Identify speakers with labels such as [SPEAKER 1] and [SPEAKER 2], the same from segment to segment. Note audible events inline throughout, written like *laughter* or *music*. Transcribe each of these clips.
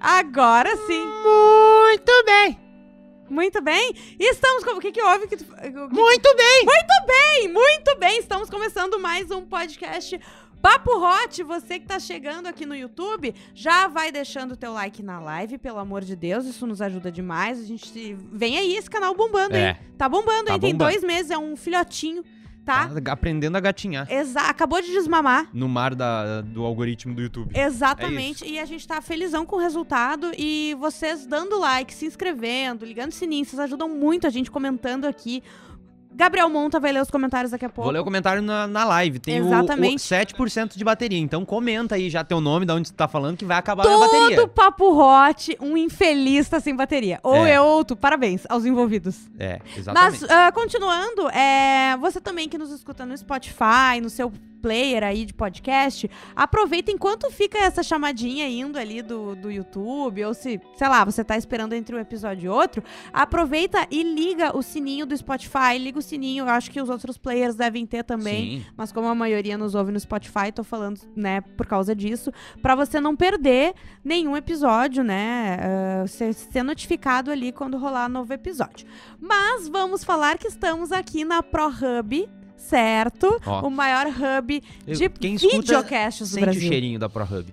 [SPEAKER 1] Agora sim.
[SPEAKER 2] Muito bem.
[SPEAKER 1] Muito bem. E estamos com... O que que houve? Que tu- o que-
[SPEAKER 2] Muito bem.
[SPEAKER 1] Muito bem, muito bem. Estamos começando mais um podcast Papo Hot. Você que tá chegando aqui no YouTube, já vai deixando o teu like na live, pelo amor de Deus. Isso nos ajuda demais. A gente se- vem aí esse canal bombando, hein?
[SPEAKER 2] É,
[SPEAKER 1] Tá bombando,
[SPEAKER 2] Tá
[SPEAKER 1] hein? Tem
[SPEAKER 2] bombando.
[SPEAKER 1] dois meses, é um filhotinho, tá?
[SPEAKER 2] tá aprendendo a gatinhar
[SPEAKER 1] Exa acabou de desmamar.
[SPEAKER 2] no mar da, do algoritmo do YouTube. É
[SPEAKER 1] Exatamente, e a gente tá felizão com o resultado e vocês dando like, se inscrevendo, ligando o sininho, vocês ajudam muito a gente comentando aqui. Gabriel Monta vai ler os comentários daqui a pouco.
[SPEAKER 2] Vou ler o comentário na, na live. Tem o-
[SPEAKER 1] Exatamente.
[SPEAKER 2] O, 7% de bateria. Então comenta aí já teu nome, da onde tu tá falando, que é. vai acabar a minha
[SPEAKER 1] Todo
[SPEAKER 2] bateria.
[SPEAKER 1] papo hot, um infeliz tá sem bateria. Ou
[SPEAKER 2] É.
[SPEAKER 1] eu ou tu. Parabéns aos envolvidos.
[SPEAKER 2] É,
[SPEAKER 1] Mas,
[SPEAKER 2] exatamente.
[SPEAKER 1] ah, continuando, é, você também que nos escuta no Spotify, no seu player aí de podcast, aproveita enquanto fica essa chamadinha indo ali do, do YouTube, ou se, sei lá, você tá esperando entre um episódio e outro, aproveita e liga o sininho do Spotify, liga o sininho, eu acho que os outros players devem ter também.
[SPEAKER 2] Sim.
[SPEAKER 1] Mas como a maioria nos ouve no Spotify, tô falando, né, por causa disso, pra você não perder nenhum episódio, né, ah, ser, ser notificado ali quando rolar novo episódio. Mas vamos falar que estamos aqui na ProHub, certo?
[SPEAKER 2] Ó,
[SPEAKER 1] O maior hub
[SPEAKER 2] eu-
[SPEAKER 1] de
[SPEAKER 2] quem escuta
[SPEAKER 1] videocasts do
[SPEAKER 2] sente o
[SPEAKER 1] Brasil.
[SPEAKER 2] cheirinho da ProHub.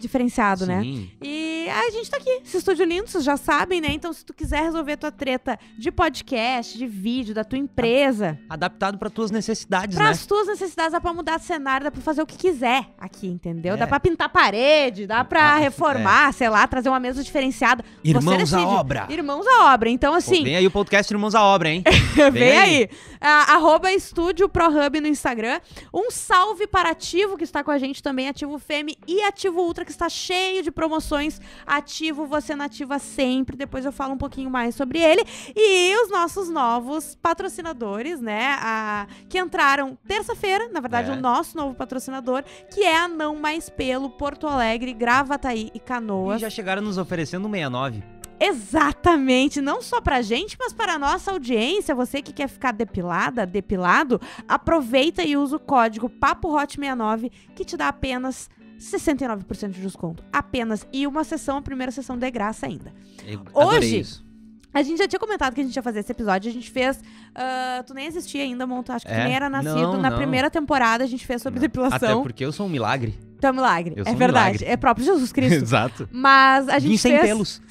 [SPEAKER 1] Diferenciado, né?
[SPEAKER 2] Sim.
[SPEAKER 1] E a gente tá aqui, esse estúdio lindo, vocês já sabem, né? Então, se tu quiser resolver tua treta de podcast, de vídeo, da tua empresa,
[SPEAKER 2] Adaptado pra tuas necessidades,
[SPEAKER 1] Para
[SPEAKER 2] né?
[SPEAKER 1] as tuas necessidades, dá pra mudar de cenário, dá pra fazer o que quiser aqui, entendeu?
[SPEAKER 2] É.
[SPEAKER 1] Dá pra pintar parede, dá pra
[SPEAKER 2] Ah,
[SPEAKER 1] reformar, sei lá, trazer uma mesa diferenciada.
[SPEAKER 2] Irmãos à
[SPEAKER 1] decide.
[SPEAKER 2] obra.
[SPEAKER 1] Irmãos à obra. Então,
[SPEAKER 2] Pô,
[SPEAKER 1] assim,
[SPEAKER 2] Vem aí o podcast Irmãos à Obra, hein?
[SPEAKER 1] *laughs* vem,
[SPEAKER 2] vem
[SPEAKER 1] aí.
[SPEAKER 2] aí.
[SPEAKER 1] Ah, arroba Estúdio ProHub no Instagram. Um salve para Ativo, que está com a gente também, Ativo Femi e Ativo Ultra, que está cheio de promoções. Ativo, você nativa sempre. Depois eu falo um pouquinho mais sobre ele. E os nossos novos patrocinadores, né? a- que entraram terça-feira, na verdade,
[SPEAKER 2] É.
[SPEAKER 1] o nosso novo patrocinador, que é a Não Mais Pelo, Porto Alegre, Gravataí e
[SPEAKER 2] E
[SPEAKER 1] Canoas.
[SPEAKER 2] já chegaram nos oferecendo um 69.
[SPEAKER 1] Exatamente, não só pra gente, mas para a nossa audiência, você que quer ficar depilada, depilado, aproveita e usa o código PAPOHOT69 que te dá apenas 69% de desconto, apenas e uma sessão, a primeira sessão de graça ainda.
[SPEAKER 2] Eu
[SPEAKER 1] Hoje,
[SPEAKER 2] adorei isso.
[SPEAKER 1] A gente já tinha comentado que a gente ia fazer esse episódio, a gente fez, ah, tu nem existia ainda, monta, acho que tu
[SPEAKER 2] É?
[SPEAKER 1] nem era nascido,
[SPEAKER 2] Não,
[SPEAKER 1] na
[SPEAKER 2] não.
[SPEAKER 1] primeira temporada a gente fez sobre
[SPEAKER 2] Até
[SPEAKER 1] depilação,
[SPEAKER 2] porque eu sou um milagre.
[SPEAKER 1] Tu é um milagre,
[SPEAKER 2] Eu
[SPEAKER 1] é
[SPEAKER 2] sou um
[SPEAKER 1] verdade,
[SPEAKER 2] milagre.
[SPEAKER 1] é próprio Jesus Cristo.
[SPEAKER 2] *laughs* Exato.
[SPEAKER 1] mas a gente
[SPEAKER 2] vim sem
[SPEAKER 1] fez,
[SPEAKER 2] pelos.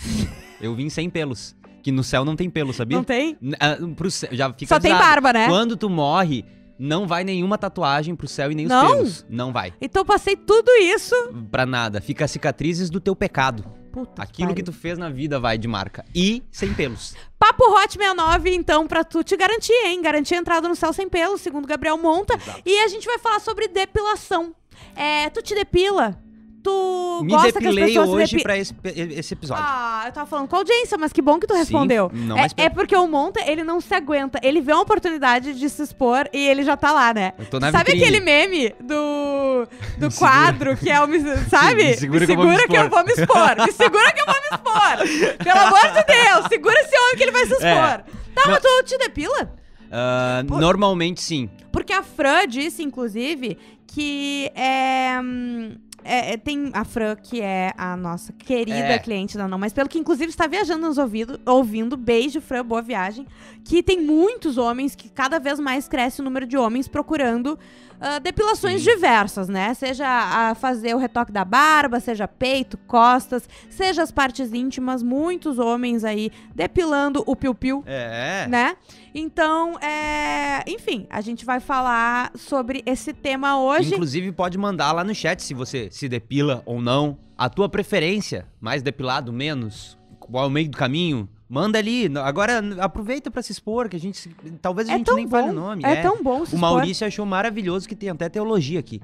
[SPEAKER 2] Eu vim sem pelos. Que no céu não tem pelo, sabia?
[SPEAKER 1] não tem?
[SPEAKER 2] N- ah, pro céu, já fica
[SPEAKER 1] Só tem
[SPEAKER 2] avisado.
[SPEAKER 1] barba, né?
[SPEAKER 2] Quando tu morre, não vai nenhuma tatuagem pro céu e nem
[SPEAKER 1] Não?
[SPEAKER 2] os pelos. Não vai.
[SPEAKER 1] Então eu passei tudo isso.
[SPEAKER 2] Pra nada. Fica as cicatrizes do teu pecado.
[SPEAKER 1] Puta
[SPEAKER 2] Aquilo que tu fez na vida vai de marca. E sem
[SPEAKER 1] *laughs*
[SPEAKER 2] pelos.
[SPEAKER 1] Papo Hot 69, então, pra tu te garantir, hein? Garantir a entrada no céu sem pelo, segundo Gabriel Monta.
[SPEAKER 2] Exato.
[SPEAKER 1] E a gente vai falar sobre depilação. É, tu te depila? Tu
[SPEAKER 2] Me
[SPEAKER 1] gosta que as
[SPEAKER 2] depilei
[SPEAKER 1] pessoas se
[SPEAKER 2] hoje
[SPEAKER 1] depi-
[SPEAKER 2] pra esse, esse episódio.
[SPEAKER 1] Ah, eu tava falando com a audiência, mas que bom que tu respondeu.
[SPEAKER 2] Sim, não
[SPEAKER 1] é,
[SPEAKER 2] mais pelo.
[SPEAKER 1] é porque o Monta, ele não se aguenta. Ele vê uma oportunidade de se expor e ele já tá lá, né?
[SPEAKER 2] Eu tô na
[SPEAKER 1] sabe
[SPEAKER 2] vitrine.
[SPEAKER 1] aquele meme do, do
[SPEAKER 2] *laughs* Me segura.
[SPEAKER 1] quadro que é o. me-
[SPEAKER 2] *laughs*
[SPEAKER 1] Sabe?
[SPEAKER 2] Me segura que eu vou me
[SPEAKER 1] que eu vou me expor. Me segura que eu vou me
[SPEAKER 2] *laughs*
[SPEAKER 1] expor. Pelo amor de Deus, segura esse homem que ele vai se expor.
[SPEAKER 2] É.
[SPEAKER 1] Tá,
[SPEAKER 2] Não.
[SPEAKER 1] mas tu te depila?
[SPEAKER 2] Ah,
[SPEAKER 1] Pô.
[SPEAKER 2] Normalmente sim.
[SPEAKER 1] Porque a Fran disse, inclusive, que é. hum, é- é- tem a Fran, que é a nossa querida
[SPEAKER 2] É.
[SPEAKER 1] cliente da Não Mas Pelo, que inclusive está viajando nos ouvido, ouvindo. Beijo, Fran, boa viagem. Que tem muitos homens, que cada vez mais cresce o número de homens procurando ah, depilações
[SPEAKER 2] Sim.
[SPEAKER 1] diversas, né? Seja a fazer o retoque da barba, seja peito, costas, seja as partes íntimas. Muitos homens aí depilando o piu-piu
[SPEAKER 2] É.
[SPEAKER 1] né? Então, é... enfim, a gente vai falar sobre esse tema hoje.
[SPEAKER 2] Inclusive, pode mandar lá no chat se você se depila ou não. A tua preferência, mais depilado, menos, qual é o meio do caminho. Manda ali. No- Agora, n- aproveita pra se expor, que a gente. se- Talvez a
[SPEAKER 1] é
[SPEAKER 2] gente
[SPEAKER 1] tão
[SPEAKER 2] nem
[SPEAKER 1] bom,
[SPEAKER 2] fale o nome.
[SPEAKER 1] é, tão bom se
[SPEAKER 2] O
[SPEAKER 1] expor.
[SPEAKER 2] Maurício achou maravilhoso que tem até teologia aqui.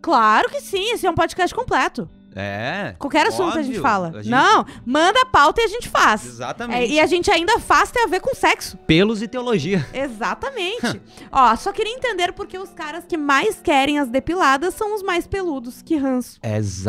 [SPEAKER 1] Claro que sim, esse é um podcast completo.
[SPEAKER 2] É.
[SPEAKER 1] Qualquer assunto a gente
[SPEAKER 2] Óbvio,
[SPEAKER 1] fala.
[SPEAKER 2] a gente-
[SPEAKER 1] Não, manda a pauta e a gente faz. É,
[SPEAKER 2] Exatamente.
[SPEAKER 1] e a gente ainda faz tem a ver com sexo.
[SPEAKER 2] Pelos e teologia. *laughs*
[SPEAKER 1] Exatamente. Ó, só queria entender porque os caras que mais querem as depiladas são os mais peludos, que ranço.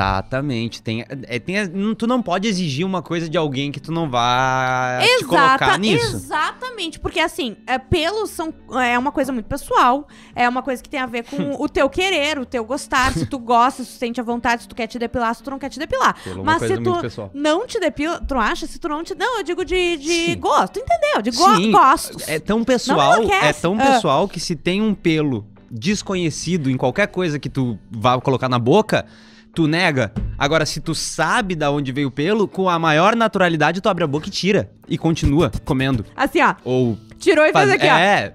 [SPEAKER 2] Exatamente. Tem, é, tem, a- n- tu não pode exigir uma coisa de alguém que tu não vá É, te colocar nisso.
[SPEAKER 1] Exatamente, porque assim, é, pelos são é uma coisa muito pessoal,
[SPEAKER 2] *laughs*
[SPEAKER 1] é uma coisa que tem a ver com o teu querer, o teu gostar, se tu gosta, se tu sente a vontade, se tu quer te depilar, depilar se tu não quer te depilar.
[SPEAKER 2] Pelo
[SPEAKER 1] Mas
[SPEAKER 2] uma coisa
[SPEAKER 1] se
[SPEAKER 2] muito
[SPEAKER 1] tu-
[SPEAKER 2] pessoal.
[SPEAKER 1] Não te depila, tu acha? Se tu não te. Não, eu digo de, de
[SPEAKER 2] Sim.
[SPEAKER 1] gosto, entendeu? De go
[SPEAKER 2] Sim,
[SPEAKER 1] gostos.
[SPEAKER 2] É tão pessoal, é
[SPEAKER 1] enlouquece.
[SPEAKER 2] tão
[SPEAKER 1] Ah.
[SPEAKER 2] pessoal que se tem um pelo desconhecido em qualquer coisa que tu vá colocar na boca, tu nega. Agora, se tu sabe da onde veio o pelo, com a maior naturalidade tu abre a boca e tira. E continua comendo.
[SPEAKER 1] Assim, ó.
[SPEAKER 2] Ou
[SPEAKER 1] Tirou e fez
[SPEAKER 2] faz-
[SPEAKER 1] aqui, ó.
[SPEAKER 2] é,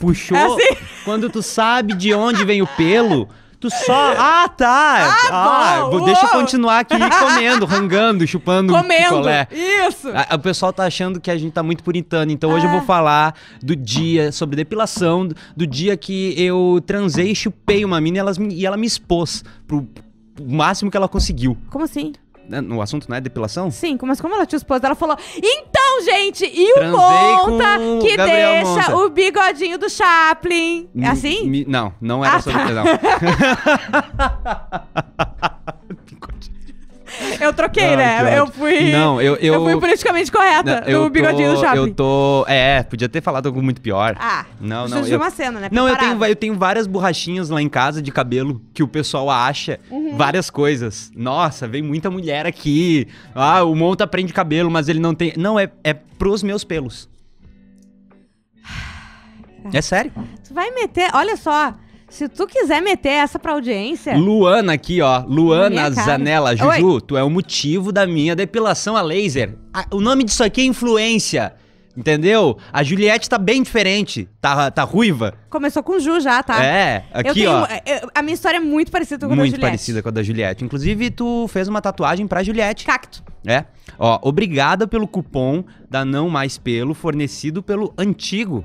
[SPEAKER 2] puxou.
[SPEAKER 1] É assim.
[SPEAKER 2] Quando tu sabe de onde vem o pelo, tu só. Ah, tá!
[SPEAKER 1] Ah, bom,
[SPEAKER 2] vou- deixa eu
[SPEAKER 1] uou.
[SPEAKER 2] continuar aqui comendo, rangando, chupando
[SPEAKER 1] Comendo.
[SPEAKER 2] picolé.
[SPEAKER 1] Isso.
[SPEAKER 2] A- a- O pessoal tá achando que a gente tá muito puritano, então hoje eu vou
[SPEAKER 1] Ah.
[SPEAKER 2] falar do dia sobre depilação, do, do dia que eu transei e chupei uma mina e, elas me- e ela me expôs pro pro máximo que ela conseguiu.
[SPEAKER 1] Como assim?
[SPEAKER 2] Né, O assunto não é depilação?
[SPEAKER 1] Sim, mas como ela te expôs, ela falou: Então, gente, e o
[SPEAKER 2] Transei
[SPEAKER 1] Monta
[SPEAKER 2] com o
[SPEAKER 1] que
[SPEAKER 2] Gabriel
[SPEAKER 1] deixa
[SPEAKER 2] Monta."
[SPEAKER 1] o bigodinho do Chaplin? É
[SPEAKER 2] Me-
[SPEAKER 1] assim?
[SPEAKER 2] me- não, não era
[SPEAKER 1] Ah,
[SPEAKER 2] sobre.
[SPEAKER 1] tá.
[SPEAKER 2] Não.
[SPEAKER 1] *laughs* Eu troquei,
[SPEAKER 2] Ai, que
[SPEAKER 1] né?
[SPEAKER 2] ódio.
[SPEAKER 1] Eu fui.
[SPEAKER 2] Não, eu.
[SPEAKER 1] eu...
[SPEAKER 2] Eu,
[SPEAKER 1] fui politicamente correta
[SPEAKER 2] não, eu
[SPEAKER 1] do bigodinho
[SPEAKER 2] tô-
[SPEAKER 1] do Chaplin.
[SPEAKER 2] Eu tô. É, podia ter falado algo muito pior.
[SPEAKER 1] Ah,
[SPEAKER 2] Não,
[SPEAKER 1] preciso
[SPEAKER 2] não.
[SPEAKER 1] de
[SPEAKER 2] eu-
[SPEAKER 1] uma cena, né?
[SPEAKER 2] Não, eu
[SPEAKER 1] Preparado.
[SPEAKER 2] tenho, eu tenho várias borrachinhas lá em casa de cabelo que o pessoal acha
[SPEAKER 1] Uhum.
[SPEAKER 2] várias coisas. Nossa, vem muita mulher aqui. Ah, o Monta prende cabelo, mas ele não tem. Não, é, é pros meus pelos.
[SPEAKER 1] Ah,
[SPEAKER 2] É sério?
[SPEAKER 1] Tu vai meter, olha só. Se tu quiser meter essa pra audiência.
[SPEAKER 2] Luana aqui,
[SPEAKER 1] é.
[SPEAKER 2] ó.
[SPEAKER 1] Minha
[SPEAKER 2] Luana
[SPEAKER 1] cara.
[SPEAKER 2] Zanella. Juju, tu é o motivo da minha depilação a laser. A- o nome disso aqui é influência. Entendeu? A Juliette tá bem diferente. Tá, tá ruiva.
[SPEAKER 1] Começou com Ju já, tá?
[SPEAKER 2] É, aqui,
[SPEAKER 1] eu tenho,
[SPEAKER 2] ó.
[SPEAKER 1] eu- a minha história é muito parecida com a da
[SPEAKER 2] Muito
[SPEAKER 1] Juliette.
[SPEAKER 2] parecida com a da Juliette. Inclusive, tu fez uma tatuagem pra Juliette.
[SPEAKER 1] Cacto.
[SPEAKER 2] É. Ó, obrigada pelo cupom da Não Mais Pelo, fornecido pelo antigo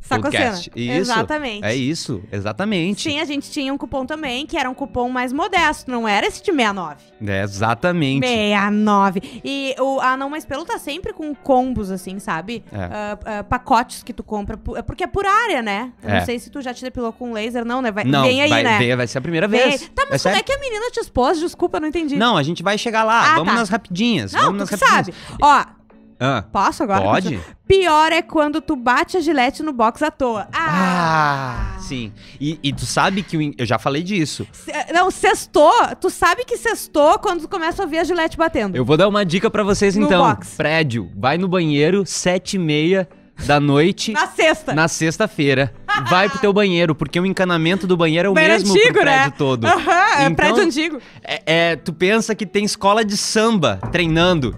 [SPEAKER 1] Sacocena.
[SPEAKER 2] podcast. Isso.
[SPEAKER 1] Exatamente.
[SPEAKER 2] É isso, exatamente.
[SPEAKER 1] Sim, a gente tinha um cupom também, que era um cupom mais modesto, não era esse de 69.
[SPEAKER 2] É, exatamente.
[SPEAKER 1] 69. E o, a Não Mais Pelo tá sempre com combos, assim, sabe?
[SPEAKER 2] É.
[SPEAKER 1] Ah, ah, pacotes que tu compra, por- porque é por área, né? Eu não
[SPEAKER 2] É.
[SPEAKER 1] sei se tu já te depilou com laser, não, né? Vai,
[SPEAKER 2] Não,
[SPEAKER 1] vem aí,
[SPEAKER 2] vai,
[SPEAKER 1] né?
[SPEAKER 2] vem- vai ser a primeira
[SPEAKER 1] Vem aí.
[SPEAKER 2] vez.
[SPEAKER 1] Tá,
[SPEAKER 2] É
[SPEAKER 1] mas como
[SPEAKER 2] sério?
[SPEAKER 1] é que a menina te expôs? Desculpa, eu não entendi.
[SPEAKER 2] Não, a gente vai chegar lá.
[SPEAKER 1] Ah,
[SPEAKER 2] vamos
[SPEAKER 1] tá.
[SPEAKER 2] nas rapidinhas.
[SPEAKER 1] Não,
[SPEAKER 2] vamos
[SPEAKER 1] tu
[SPEAKER 2] nas
[SPEAKER 1] que
[SPEAKER 2] rapidinhas.
[SPEAKER 1] sabe. Ó,
[SPEAKER 2] Ah,
[SPEAKER 1] posso agora?
[SPEAKER 2] pode?
[SPEAKER 1] Pior é quando tu bate a gilete no box à toa. Ah!
[SPEAKER 2] Ah, sim. E, e tu sabe que o in- eu já falei disso.
[SPEAKER 1] Se- Não, sextou. Tu sabe que sextou quando tu começa a ouvir a gilete batendo.
[SPEAKER 2] Eu vou dar uma dica pra vocês
[SPEAKER 1] No
[SPEAKER 2] então.
[SPEAKER 1] box.
[SPEAKER 2] Prédio, vai no banheiro, sete e meia da noite.
[SPEAKER 1] Na sexta.
[SPEAKER 2] Na sexta-feira. Vai pro teu banheiro, porque o encanamento do banheiro é o
[SPEAKER 1] Banheiro
[SPEAKER 2] mesmo
[SPEAKER 1] antigo,
[SPEAKER 2] pro prédio
[SPEAKER 1] né?
[SPEAKER 2] todo.
[SPEAKER 1] *laughs* Aham, é
[SPEAKER 2] Então-
[SPEAKER 1] prédio antigo.
[SPEAKER 2] É, é, tu pensa que tem escola de samba treinando.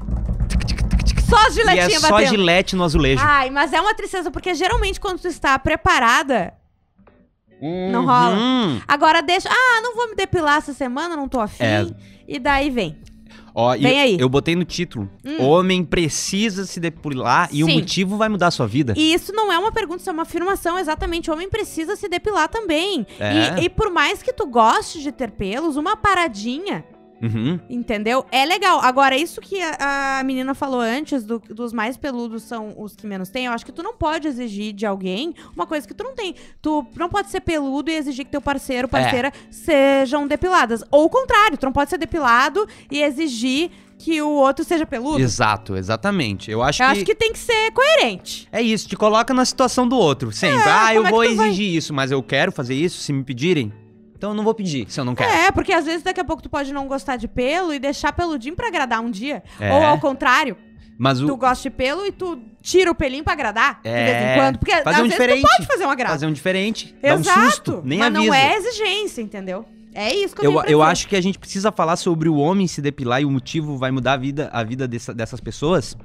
[SPEAKER 1] Só a
[SPEAKER 2] E é
[SPEAKER 1] giletinha
[SPEAKER 2] só
[SPEAKER 1] batendo.
[SPEAKER 2] gilete no azulejo.
[SPEAKER 1] Ai, mas é uma tristeza, porque geralmente quando tu está preparada. não rola.
[SPEAKER 2] Uhum.
[SPEAKER 1] Agora deixa. Ah, não vou me depilar essa semana, não tô afim.
[SPEAKER 2] É.
[SPEAKER 1] E daí vem.
[SPEAKER 2] Ó, e
[SPEAKER 1] Vem aí.
[SPEAKER 2] Eu botei no título.
[SPEAKER 1] Hum.
[SPEAKER 2] Homem precisa se depilar e o
[SPEAKER 1] Sim.
[SPEAKER 2] motivo vai mudar a sua vida.
[SPEAKER 1] E isso não é uma pergunta, isso é uma afirmação, exatamente. O homem precisa se depilar também.
[SPEAKER 2] É.
[SPEAKER 1] E, e por mais que tu goste de ter pelos, uma paradinha
[SPEAKER 2] Uhum.
[SPEAKER 1] Entendeu? É legal. Agora, isso que a, a menina falou antes, do- dos mais peludos são os que menos têm, eu acho que tu não pode exigir de alguém uma coisa que tu não tem. Tu não pode ser peludo e exigir que teu parceiro, parceira, sejam depiladas. Ou o contrário, tu não pode ser depilado e exigir que o outro seja peludo.
[SPEAKER 2] Exato, exatamente. Eu acho
[SPEAKER 1] eu
[SPEAKER 2] que.
[SPEAKER 1] acho que tem que ser coerente.
[SPEAKER 2] É isso, te coloca na situação do outro. Sempre. ah, eu
[SPEAKER 1] como é que
[SPEAKER 2] vou
[SPEAKER 1] tu vai?
[SPEAKER 2] exigir isso, mas eu quero fazer isso se me pedirem. Então eu não vou pedir, se eu não quero.
[SPEAKER 1] É, porque às vezes daqui a pouco tu pode não gostar de pelo e deixar peludinho pra agradar um dia.
[SPEAKER 2] É.
[SPEAKER 1] Ou ao contrário,
[SPEAKER 2] Mas o,
[SPEAKER 1] tu gosta de pelo e tu tira o pelinho pra agradar de vez em
[SPEAKER 2] É.
[SPEAKER 1] quando. Porque às
[SPEAKER 2] Fazer um
[SPEAKER 1] vezes
[SPEAKER 2] diferente.
[SPEAKER 1] tu pode fazer um agrado.
[SPEAKER 2] Fazer um diferente. Dá
[SPEAKER 1] Exato.
[SPEAKER 2] um susto. Nem
[SPEAKER 1] mas
[SPEAKER 2] avisa.
[SPEAKER 1] não é exigência, entendeu? É isso que eu,
[SPEAKER 2] Eu,
[SPEAKER 1] tenho pra
[SPEAKER 2] eu
[SPEAKER 1] dizer.
[SPEAKER 2] acho que a gente precisa falar sobre o homem se depilar e o motivo vai mudar a vida, a vida dessa- dessas pessoas.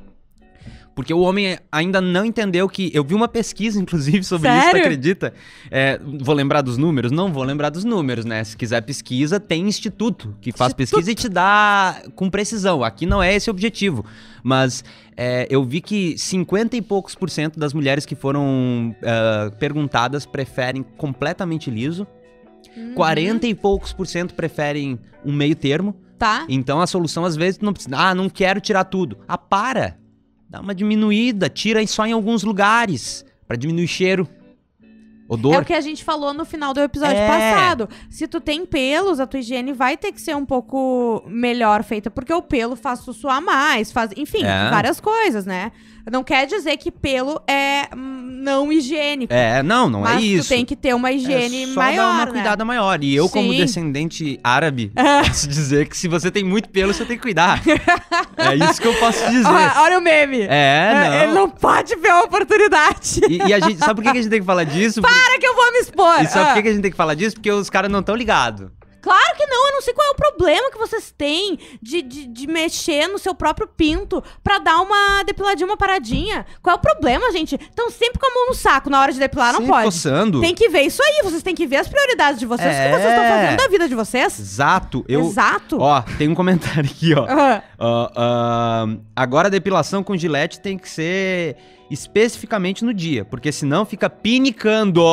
[SPEAKER 2] Porque o homem ainda não entendeu que. Eu vi uma pesquisa, *laughs* inclusive, sobre isso, tu
[SPEAKER 1] Sério?
[SPEAKER 2] acredita? É, vou lembrar dos números? Não vou lembrar dos números, né? Se quiser pesquisa, tem instituto que faz
[SPEAKER 1] Instituto.
[SPEAKER 2] pesquisa e te dá com precisão. Aqui não é esse o objetivo. Mas é, eu vi que 50 e poucos por cento das mulheres que foram ah, perguntadas preferem completamente liso.
[SPEAKER 1] Uhum.
[SPEAKER 2] 40 e poucos por cento preferem um meio termo.
[SPEAKER 1] Tá?
[SPEAKER 2] Então a solução às vezes não precisa. Ah, não quero tirar tudo. Ah, para! Dá uma diminuída, tira aí só em alguns lugares pra diminuir cheiro,
[SPEAKER 1] É
[SPEAKER 2] odor.
[SPEAKER 1] o que a gente falou no final do episódio
[SPEAKER 2] É.
[SPEAKER 1] passado. Se tu tem pelos, a tua higiene vai ter que ser um pouco melhor feita, porque o pelo faz tu suar mais, faz, enfim,
[SPEAKER 2] É.
[SPEAKER 1] várias coisas, né? Não quer dizer que pelo é hum, não higiênico.
[SPEAKER 2] É, não, não
[SPEAKER 1] mas
[SPEAKER 2] é isso.
[SPEAKER 1] tu tem que ter uma higiene
[SPEAKER 2] é só
[SPEAKER 1] maior.
[SPEAKER 2] dar uma
[SPEAKER 1] né?
[SPEAKER 2] cuidada maior. E eu, como
[SPEAKER 1] Sim. Ah.
[SPEAKER 2] descendente
[SPEAKER 1] *laughs*
[SPEAKER 2] árabe, posso dizer que se você tem muito pelo, você tem que cuidar. é isso que eu
[SPEAKER 1] *laughs*
[SPEAKER 2] posso dizer.
[SPEAKER 1] Olha, olha o meme.
[SPEAKER 2] é,
[SPEAKER 1] Ele
[SPEAKER 2] não.
[SPEAKER 1] ah, não pode ver a *laughs* oportunidade.
[SPEAKER 2] E, e a gente, sabe por que que a gente tem que
[SPEAKER 1] *laughs*
[SPEAKER 2] falar disso?
[SPEAKER 1] Para que eu vou me expor.
[SPEAKER 2] E sabe
[SPEAKER 1] Ah.
[SPEAKER 2] por é que que a gente tem que falar disso? Porque os caras não estão ligados.
[SPEAKER 1] Claro que não, eu não sei qual é o problema que vocês têm de, de, de mexer no seu próprio pinto pra dar uma depiladinha, uma paradinha. Qual é o problema, gente? Estão sempre com a mão no saco na hora de depilar, Ah, não
[SPEAKER 2] Se
[SPEAKER 1] pode.
[SPEAKER 2] Coçando.
[SPEAKER 1] Tem que ver isso aí, vocês têm que ver as prioridades de vocês, o que
[SPEAKER 2] É.
[SPEAKER 1] vocês estão fazendo da vida de vocês.
[SPEAKER 2] Exato. Eu,
[SPEAKER 1] Exato.
[SPEAKER 2] Ó, tem um *laughs* comentário aqui, ó.
[SPEAKER 1] Ah,
[SPEAKER 2] Ó, ahn, agora a depilação com gilete tem que ser especificamente no dia, porque senão fica pinicando.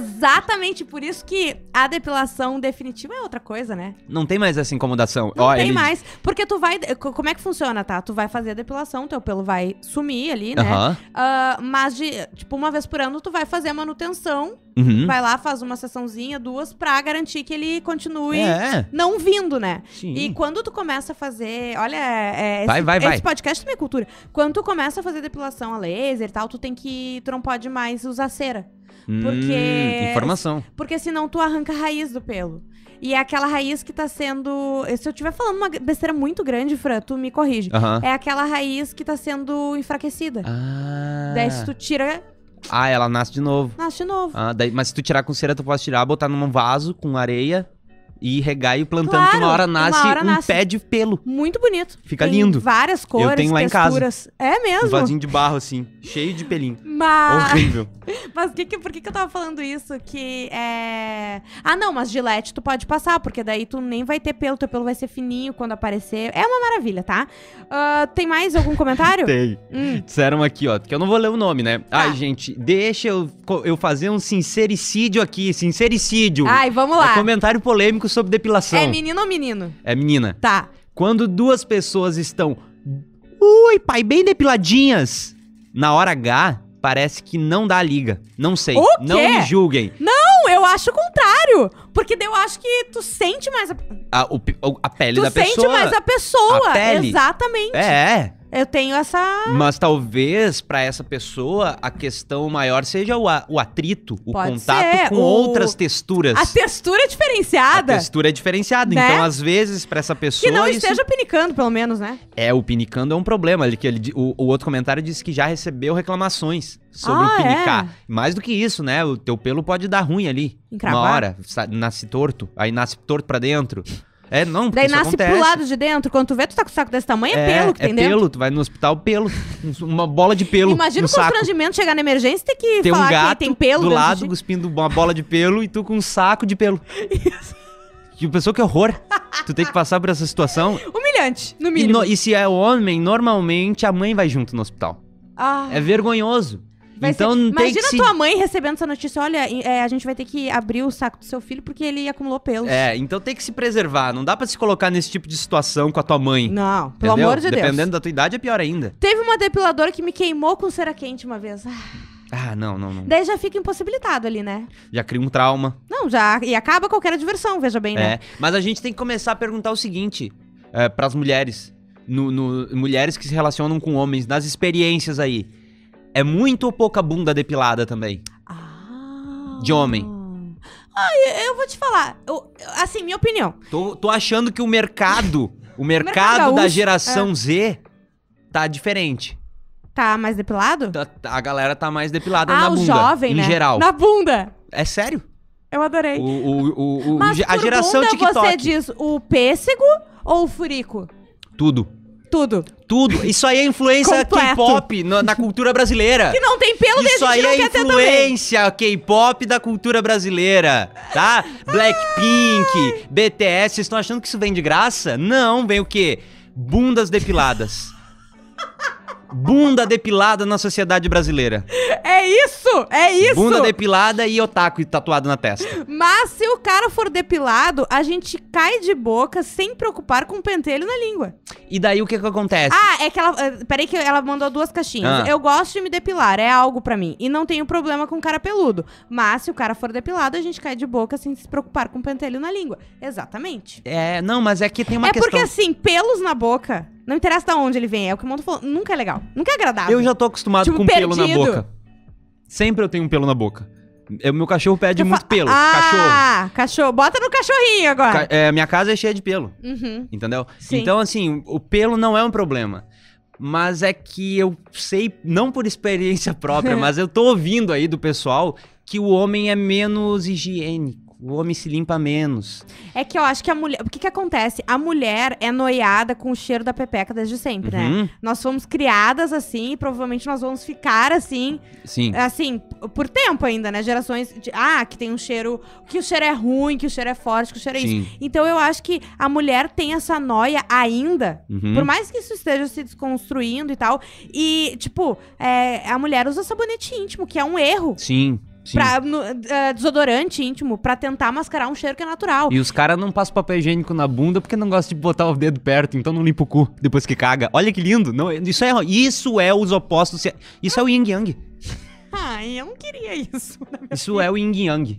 [SPEAKER 1] exatamente por isso que a depilação definitiva é outra coisa, né?
[SPEAKER 2] Não tem mais essa incomodação.
[SPEAKER 1] Não
[SPEAKER 2] Ó,
[SPEAKER 1] tem
[SPEAKER 2] ele-
[SPEAKER 1] mais. Porque tu vai. co- Como é que funciona, tá? Tu vai fazer a depilação, teu pelo vai sumir ali, né?
[SPEAKER 2] Aham.
[SPEAKER 1] Ah, mas, de, tipo, uma vez por ano, tu vai fazer a manutenção.
[SPEAKER 2] Uhum.
[SPEAKER 1] Vai lá, faz uma sessãozinha, duas, pra garantir que ele continue
[SPEAKER 2] É,
[SPEAKER 1] não vindo, né?
[SPEAKER 2] sim.
[SPEAKER 1] E quando tu começa a fazer. Olha, é,
[SPEAKER 2] Vai,
[SPEAKER 1] esse,
[SPEAKER 2] vai, vai.
[SPEAKER 1] esse podcast também é cultura. Quando tu começa a fazer depilação a laser e tal, tu tem que. Tu não pode mais usar cera.
[SPEAKER 2] Hum,
[SPEAKER 1] porque-
[SPEAKER 2] informação.
[SPEAKER 1] Porque senão tu arranca a raiz do pelo. E é aquela raiz que tá sendo. Se eu estiver falando uma besteira muito grande, Fran, tu me corrige.
[SPEAKER 2] Aham.
[SPEAKER 1] É aquela raiz que tá sendo enfraquecida.
[SPEAKER 2] Ah.
[SPEAKER 1] Daí se tu tira,
[SPEAKER 2] ah, ela nasce de novo.
[SPEAKER 1] nasce de novo.
[SPEAKER 2] Ah, daí- mas se tu tirar com cera, tu pode tirar, botar num vaso com areia e regar e ir plantando, que
[SPEAKER 1] Claro,
[SPEAKER 2] uma hora
[SPEAKER 1] uma
[SPEAKER 2] nasce
[SPEAKER 1] hora
[SPEAKER 2] um
[SPEAKER 1] nasce.
[SPEAKER 2] pé de pelo.
[SPEAKER 1] Muito bonito.
[SPEAKER 2] Fica
[SPEAKER 1] Tem
[SPEAKER 2] lindo.
[SPEAKER 1] Várias cores,
[SPEAKER 2] tenho lá em casa.
[SPEAKER 1] texturas. É
[SPEAKER 2] Um
[SPEAKER 1] mesmo.
[SPEAKER 2] vasinho de barro, assim, cheio de pelinho.
[SPEAKER 1] Mas, *laughs*
[SPEAKER 2] Horrível.
[SPEAKER 1] mas que que- por que, que eu tava falando isso? Que é. Ah, não, mas gilete tu pode passar, porque daí tu nem vai ter pelo, teu pelo vai ser fininho quando aparecer. É uma maravilha, tá? Ah, tem mais algum
[SPEAKER 2] *laughs*
[SPEAKER 1] comentário?
[SPEAKER 2] Tem.
[SPEAKER 1] Hum.
[SPEAKER 2] Disseram aqui, ó, que eu não vou ler o nome, né?
[SPEAKER 1] Tá.
[SPEAKER 2] Ai, gente, deixa eu, co- eu fazer um sincericídio aqui. Sincericídio.
[SPEAKER 1] Ai, Ah, vamos
[SPEAKER 2] É
[SPEAKER 1] lá.
[SPEAKER 2] comentário polêmico sobre depilação.
[SPEAKER 1] É menino ou menino?
[SPEAKER 2] É, menina.
[SPEAKER 1] Tá.
[SPEAKER 2] Quando duas pessoas estão. Ui, pai, bem depiladinhas. Na hora H, parece que não dá liga. Não sei.
[SPEAKER 1] O
[SPEAKER 2] Não
[SPEAKER 1] quê?
[SPEAKER 2] me julguem.
[SPEAKER 1] Não, eu acho o contrário. Porque daí eu acho que tu sente mais a, tu
[SPEAKER 2] A, o pe- o- a pele é da
[SPEAKER 1] sente
[SPEAKER 2] pessoa.
[SPEAKER 1] mais a pessoa.
[SPEAKER 2] A pele.
[SPEAKER 1] Exatamente.
[SPEAKER 2] É, é.
[SPEAKER 1] Eu tenho essa.
[SPEAKER 2] Mas talvez pra essa pessoa a questão maior seja o, a- o atrito, o
[SPEAKER 1] Pode
[SPEAKER 2] contato
[SPEAKER 1] ser,
[SPEAKER 2] com
[SPEAKER 1] o-
[SPEAKER 2] outras texturas.
[SPEAKER 1] A textura
[SPEAKER 2] A
[SPEAKER 1] diferenciada.
[SPEAKER 2] textura é diferenciada.
[SPEAKER 1] Né?
[SPEAKER 2] Então, às vezes, pra essa pessoa.
[SPEAKER 1] Que não
[SPEAKER 2] isso-
[SPEAKER 1] esteja pinicando, pelo menos, né?
[SPEAKER 2] É, o pinicando é um problema. Ele, que ele, di- o, o outro comentário disse que já recebeu reclamações sobre
[SPEAKER 1] Ah,
[SPEAKER 2] o
[SPEAKER 1] é?
[SPEAKER 2] pinicar. Mais do que isso, né? O teu pelo pode dar ruim ali.
[SPEAKER 1] Encravar?
[SPEAKER 2] Uma hora, sa- nasce torto, aí nasce torto pra dentro. É, não, porque
[SPEAKER 1] Daí
[SPEAKER 2] isso
[SPEAKER 1] nasce
[SPEAKER 2] acontece.
[SPEAKER 1] pro lado de dentro. Quando tu vê, tu tá com o saco desse tamanho, é, pelo que
[SPEAKER 2] é
[SPEAKER 1] tem dentro.
[SPEAKER 2] pelo, tu vai no hospital, pelo. Um- Uma bola de pelo.
[SPEAKER 1] Imagina
[SPEAKER 2] no
[SPEAKER 1] o
[SPEAKER 2] saco.
[SPEAKER 1] constrangimento chegar na emergência e ter que
[SPEAKER 2] Tem um
[SPEAKER 1] falar
[SPEAKER 2] gato
[SPEAKER 1] que tem pelo
[SPEAKER 2] do
[SPEAKER 1] dentro
[SPEAKER 2] lado
[SPEAKER 1] de ti.
[SPEAKER 2] cuspindo uma bola de pelo e tu com um saco de pelo. Que pessoa que horror. Tu tem que passar por essa situação.
[SPEAKER 1] *laughs* Humilhante, no
[SPEAKER 2] E,
[SPEAKER 1] mínimo.
[SPEAKER 2] no- e se é homem, normalmente a mãe vai junto no hospital.
[SPEAKER 1] Ah,
[SPEAKER 2] É vergonhoso.
[SPEAKER 1] vai
[SPEAKER 2] então
[SPEAKER 1] ser-
[SPEAKER 2] não tem
[SPEAKER 1] Imagina
[SPEAKER 2] que se...
[SPEAKER 1] tua mãe recebendo essa notícia. Olha, e- é, a gente vai ter que abrir o saco do seu filho porque ele acumulou pelos.
[SPEAKER 2] É, então tem que se preservar. Não dá pra se colocar nesse tipo de situação com a tua mãe.
[SPEAKER 1] Não, pelo
[SPEAKER 2] entendeu?
[SPEAKER 1] amor de Deus.
[SPEAKER 2] Dependendo da tua idade é pior ainda.
[SPEAKER 1] Teve uma depiladora que me queimou com cera quente uma vez. Ah,
[SPEAKER 2] Ah, não, não, não.
[SPEAKER 1] daí já fica impossibilitado ali, né?
[SPEAKER 2] Já cria um trauma.
[SPEAKER 1] Não, já. E acaba qualquer diversão, veja bem, né?
[SPEAKER 2] É, mas a gente tem que começar a perguntar o seguinte é, para as mulheres, no, no- mulheres que se relacionam com homens, nas experiências aí. É muito ou pouca bunda depilada também?
[SPEAKER 1] Ah.
[SPEAKER 2] De homem.
[SPEAKER 1] Ah, eu- eu vou te falar. Eu- eu- assim, minha opinião.
[SPEAKER 2] Tô, tô achando que o mercado, o mercado,
[SPEAKER 1] mercado
[SPEAKER 2] da
[SPEAKER 1] gaúcho, é.
[SPEAKER 2] geração Z tá diferente.
[SPEAKER 1] Tá mais depilado?
[SPEAKER 2] Tá- tá- a galera tá mais depilada
[SPEAKER 1] ah,
[SPEAKER 2] na
[SPEAKER 1] o
[SPEAKER 2] bunda,
[SPEAKER 1] jovem,
[SPEAKER 2] em
[SPEAKER 1] né?
[SPEAKER 2] geral.
[SPEAKER 1] Na bunda.
[SPEAKER 2] É sério?
[SPEAKER 1] Eu adorei.
[SPEAKER 2] O, o- o- o-
[SPEAKER 1] Mas
[SPEAKER 2] a
[SPEAKER 1] por
[SPEAKER 2] geração
[SPEAKER 1] bunda você
[SPEAKER 2] TikTok.
[SPEAKER 1] diz o pêssego ou o furico?
[SPEAKER 2] Tudo.
[SPEAKER 1] Tudo.
[SPEAKER 2] Tudo. Isso aí é influência
[SPEAKER 1] Completo.
[SPEAKER 2] K-pop na, na cultura brasileira.
[SPEAKER 1] Que não tem pelo, daí
[SPEAKER 2] Isso
[SPEAKER 1] a
[SPEAKER 2] aí
[SPEAKER 1] gente não
[SPEAKER 2] é
[SPEAKER 1] quer ter também.
[SPEAKER 2] influência K-pop da cultura brasileira, tá? Blackpink, BTS, vocês estão achando que isso vem de graça? Não, vem o quê? Bundas depiladas. Bunda depilada na sociedade brasileira.
[SPEAKER 1] É isso, é isso.
[SPEAKER 2] Bunda depilada e otaku tatuado na testa.
[SPEAKER 1] Mas se o cara for depilado, a gente cai de boca sem preocupar com o pentelho na língua.
[SPEAKER 2] E daí o que que acontece?
[SPEAKER 1] Ah, é que ela. eh, Peraí, que ela mandou duas caixinhas.
[SPEAKER 2] tipo Ah.
[SPEAKER 1] Eu gosto de me depilar, é algo pra mim. E não tenho problema com um cara peludo. Mas se o cara for depilado, a gente cai de boca sem se preocupar com pentelho na língua. Exatamente.
[SPEAKER 2] É, não, mas é que tem uma
[SPEAKER 1] é
[SPEAKER 2] questão.
[SPEAKER 1] porque assim, pelos na boca Não interessa de onde ele vem, é o que o mundo falou. Nunca é legal. Nunca é agradável.
[SPEAKER 2] Eu já tô acostumado
[SPEAKER 1] Tipo,
[SPEAKER 2] com pelo na
[SPEAKER 1] perdido.
[SPEAKER 2] boca. Sempre eu tenho um pelo na boca. É, meu cachorro pede
[SPEAKER 1] Tu
[SPEAKER 2] muito
[SPEAKER 1] fa-
[SPEAKER 2] pelo. Cachorro.
[SPEAKER 1] Ah, cachorro. Bota no cachorrinho agora.
[SPEAKER 2] Ca- é, minha casa é cheia de pelo.
[SPEAKER 1] Uhum.
[SPEAKER 2] Entendeu?
[SPEAKER 1] Sim.
[SPEAKER 2] Então, assim, o pelo não é um problema. Mas é que eu sei, não por
[SPEAKER 1] *laughs*
[SPEAKER 2] experiência *laughs* própria, mas eu tô ouvindo aí do pessoal que o homem é menos higiênico. O homem se limpa menos.
[SPEAKER 1] É que eu acho que a mulher. O que que acontece? A mulher é noiada com o cheiro da pepeca desde sempre, né?
[SPEAKER 2] Uhum,
[SPEAKER 1] Nós fomos criadas assim e provavelmente nós vamos ficar assim
[SPEAKER 2] Sim.
[SPEAKER 1] assim, p- por tempo ainda, né? Gerações de, ah, que tem um cheiro, que o cheiro é ruim, que o cheiro é forte, que o cheiro é isso.
[SPEAKER 2] Sim.
[SPEAKER 1] Então eu acho que a mulher tem essa noia ainda.
[SPEAKER 2] Uhum.
[SPEAKER 1] Por mais que isso esteja se desconstruindo e tal. E, tipo, é, a mulher usa sabonete íntimo, que é um erro.
[SPEAKER 2] Sim. Sim.
[SPEAKER 1] Pra, no- eh, desodorante íntimo, pra tentar mascarar um cheiro que é natural.
[SPEAKER 2] E os caras não passam papel higiênico na bunda porque não gosta de botar o dedo perto, então não limpa o cu depois que caga. Olha que lindo. Não, isso, é, isso é os opostos. se- Isso é o yin yang.
[SPEAKER 1] Ai, eu não queria isso.
[SPEAKER 2] Isso é o yin yang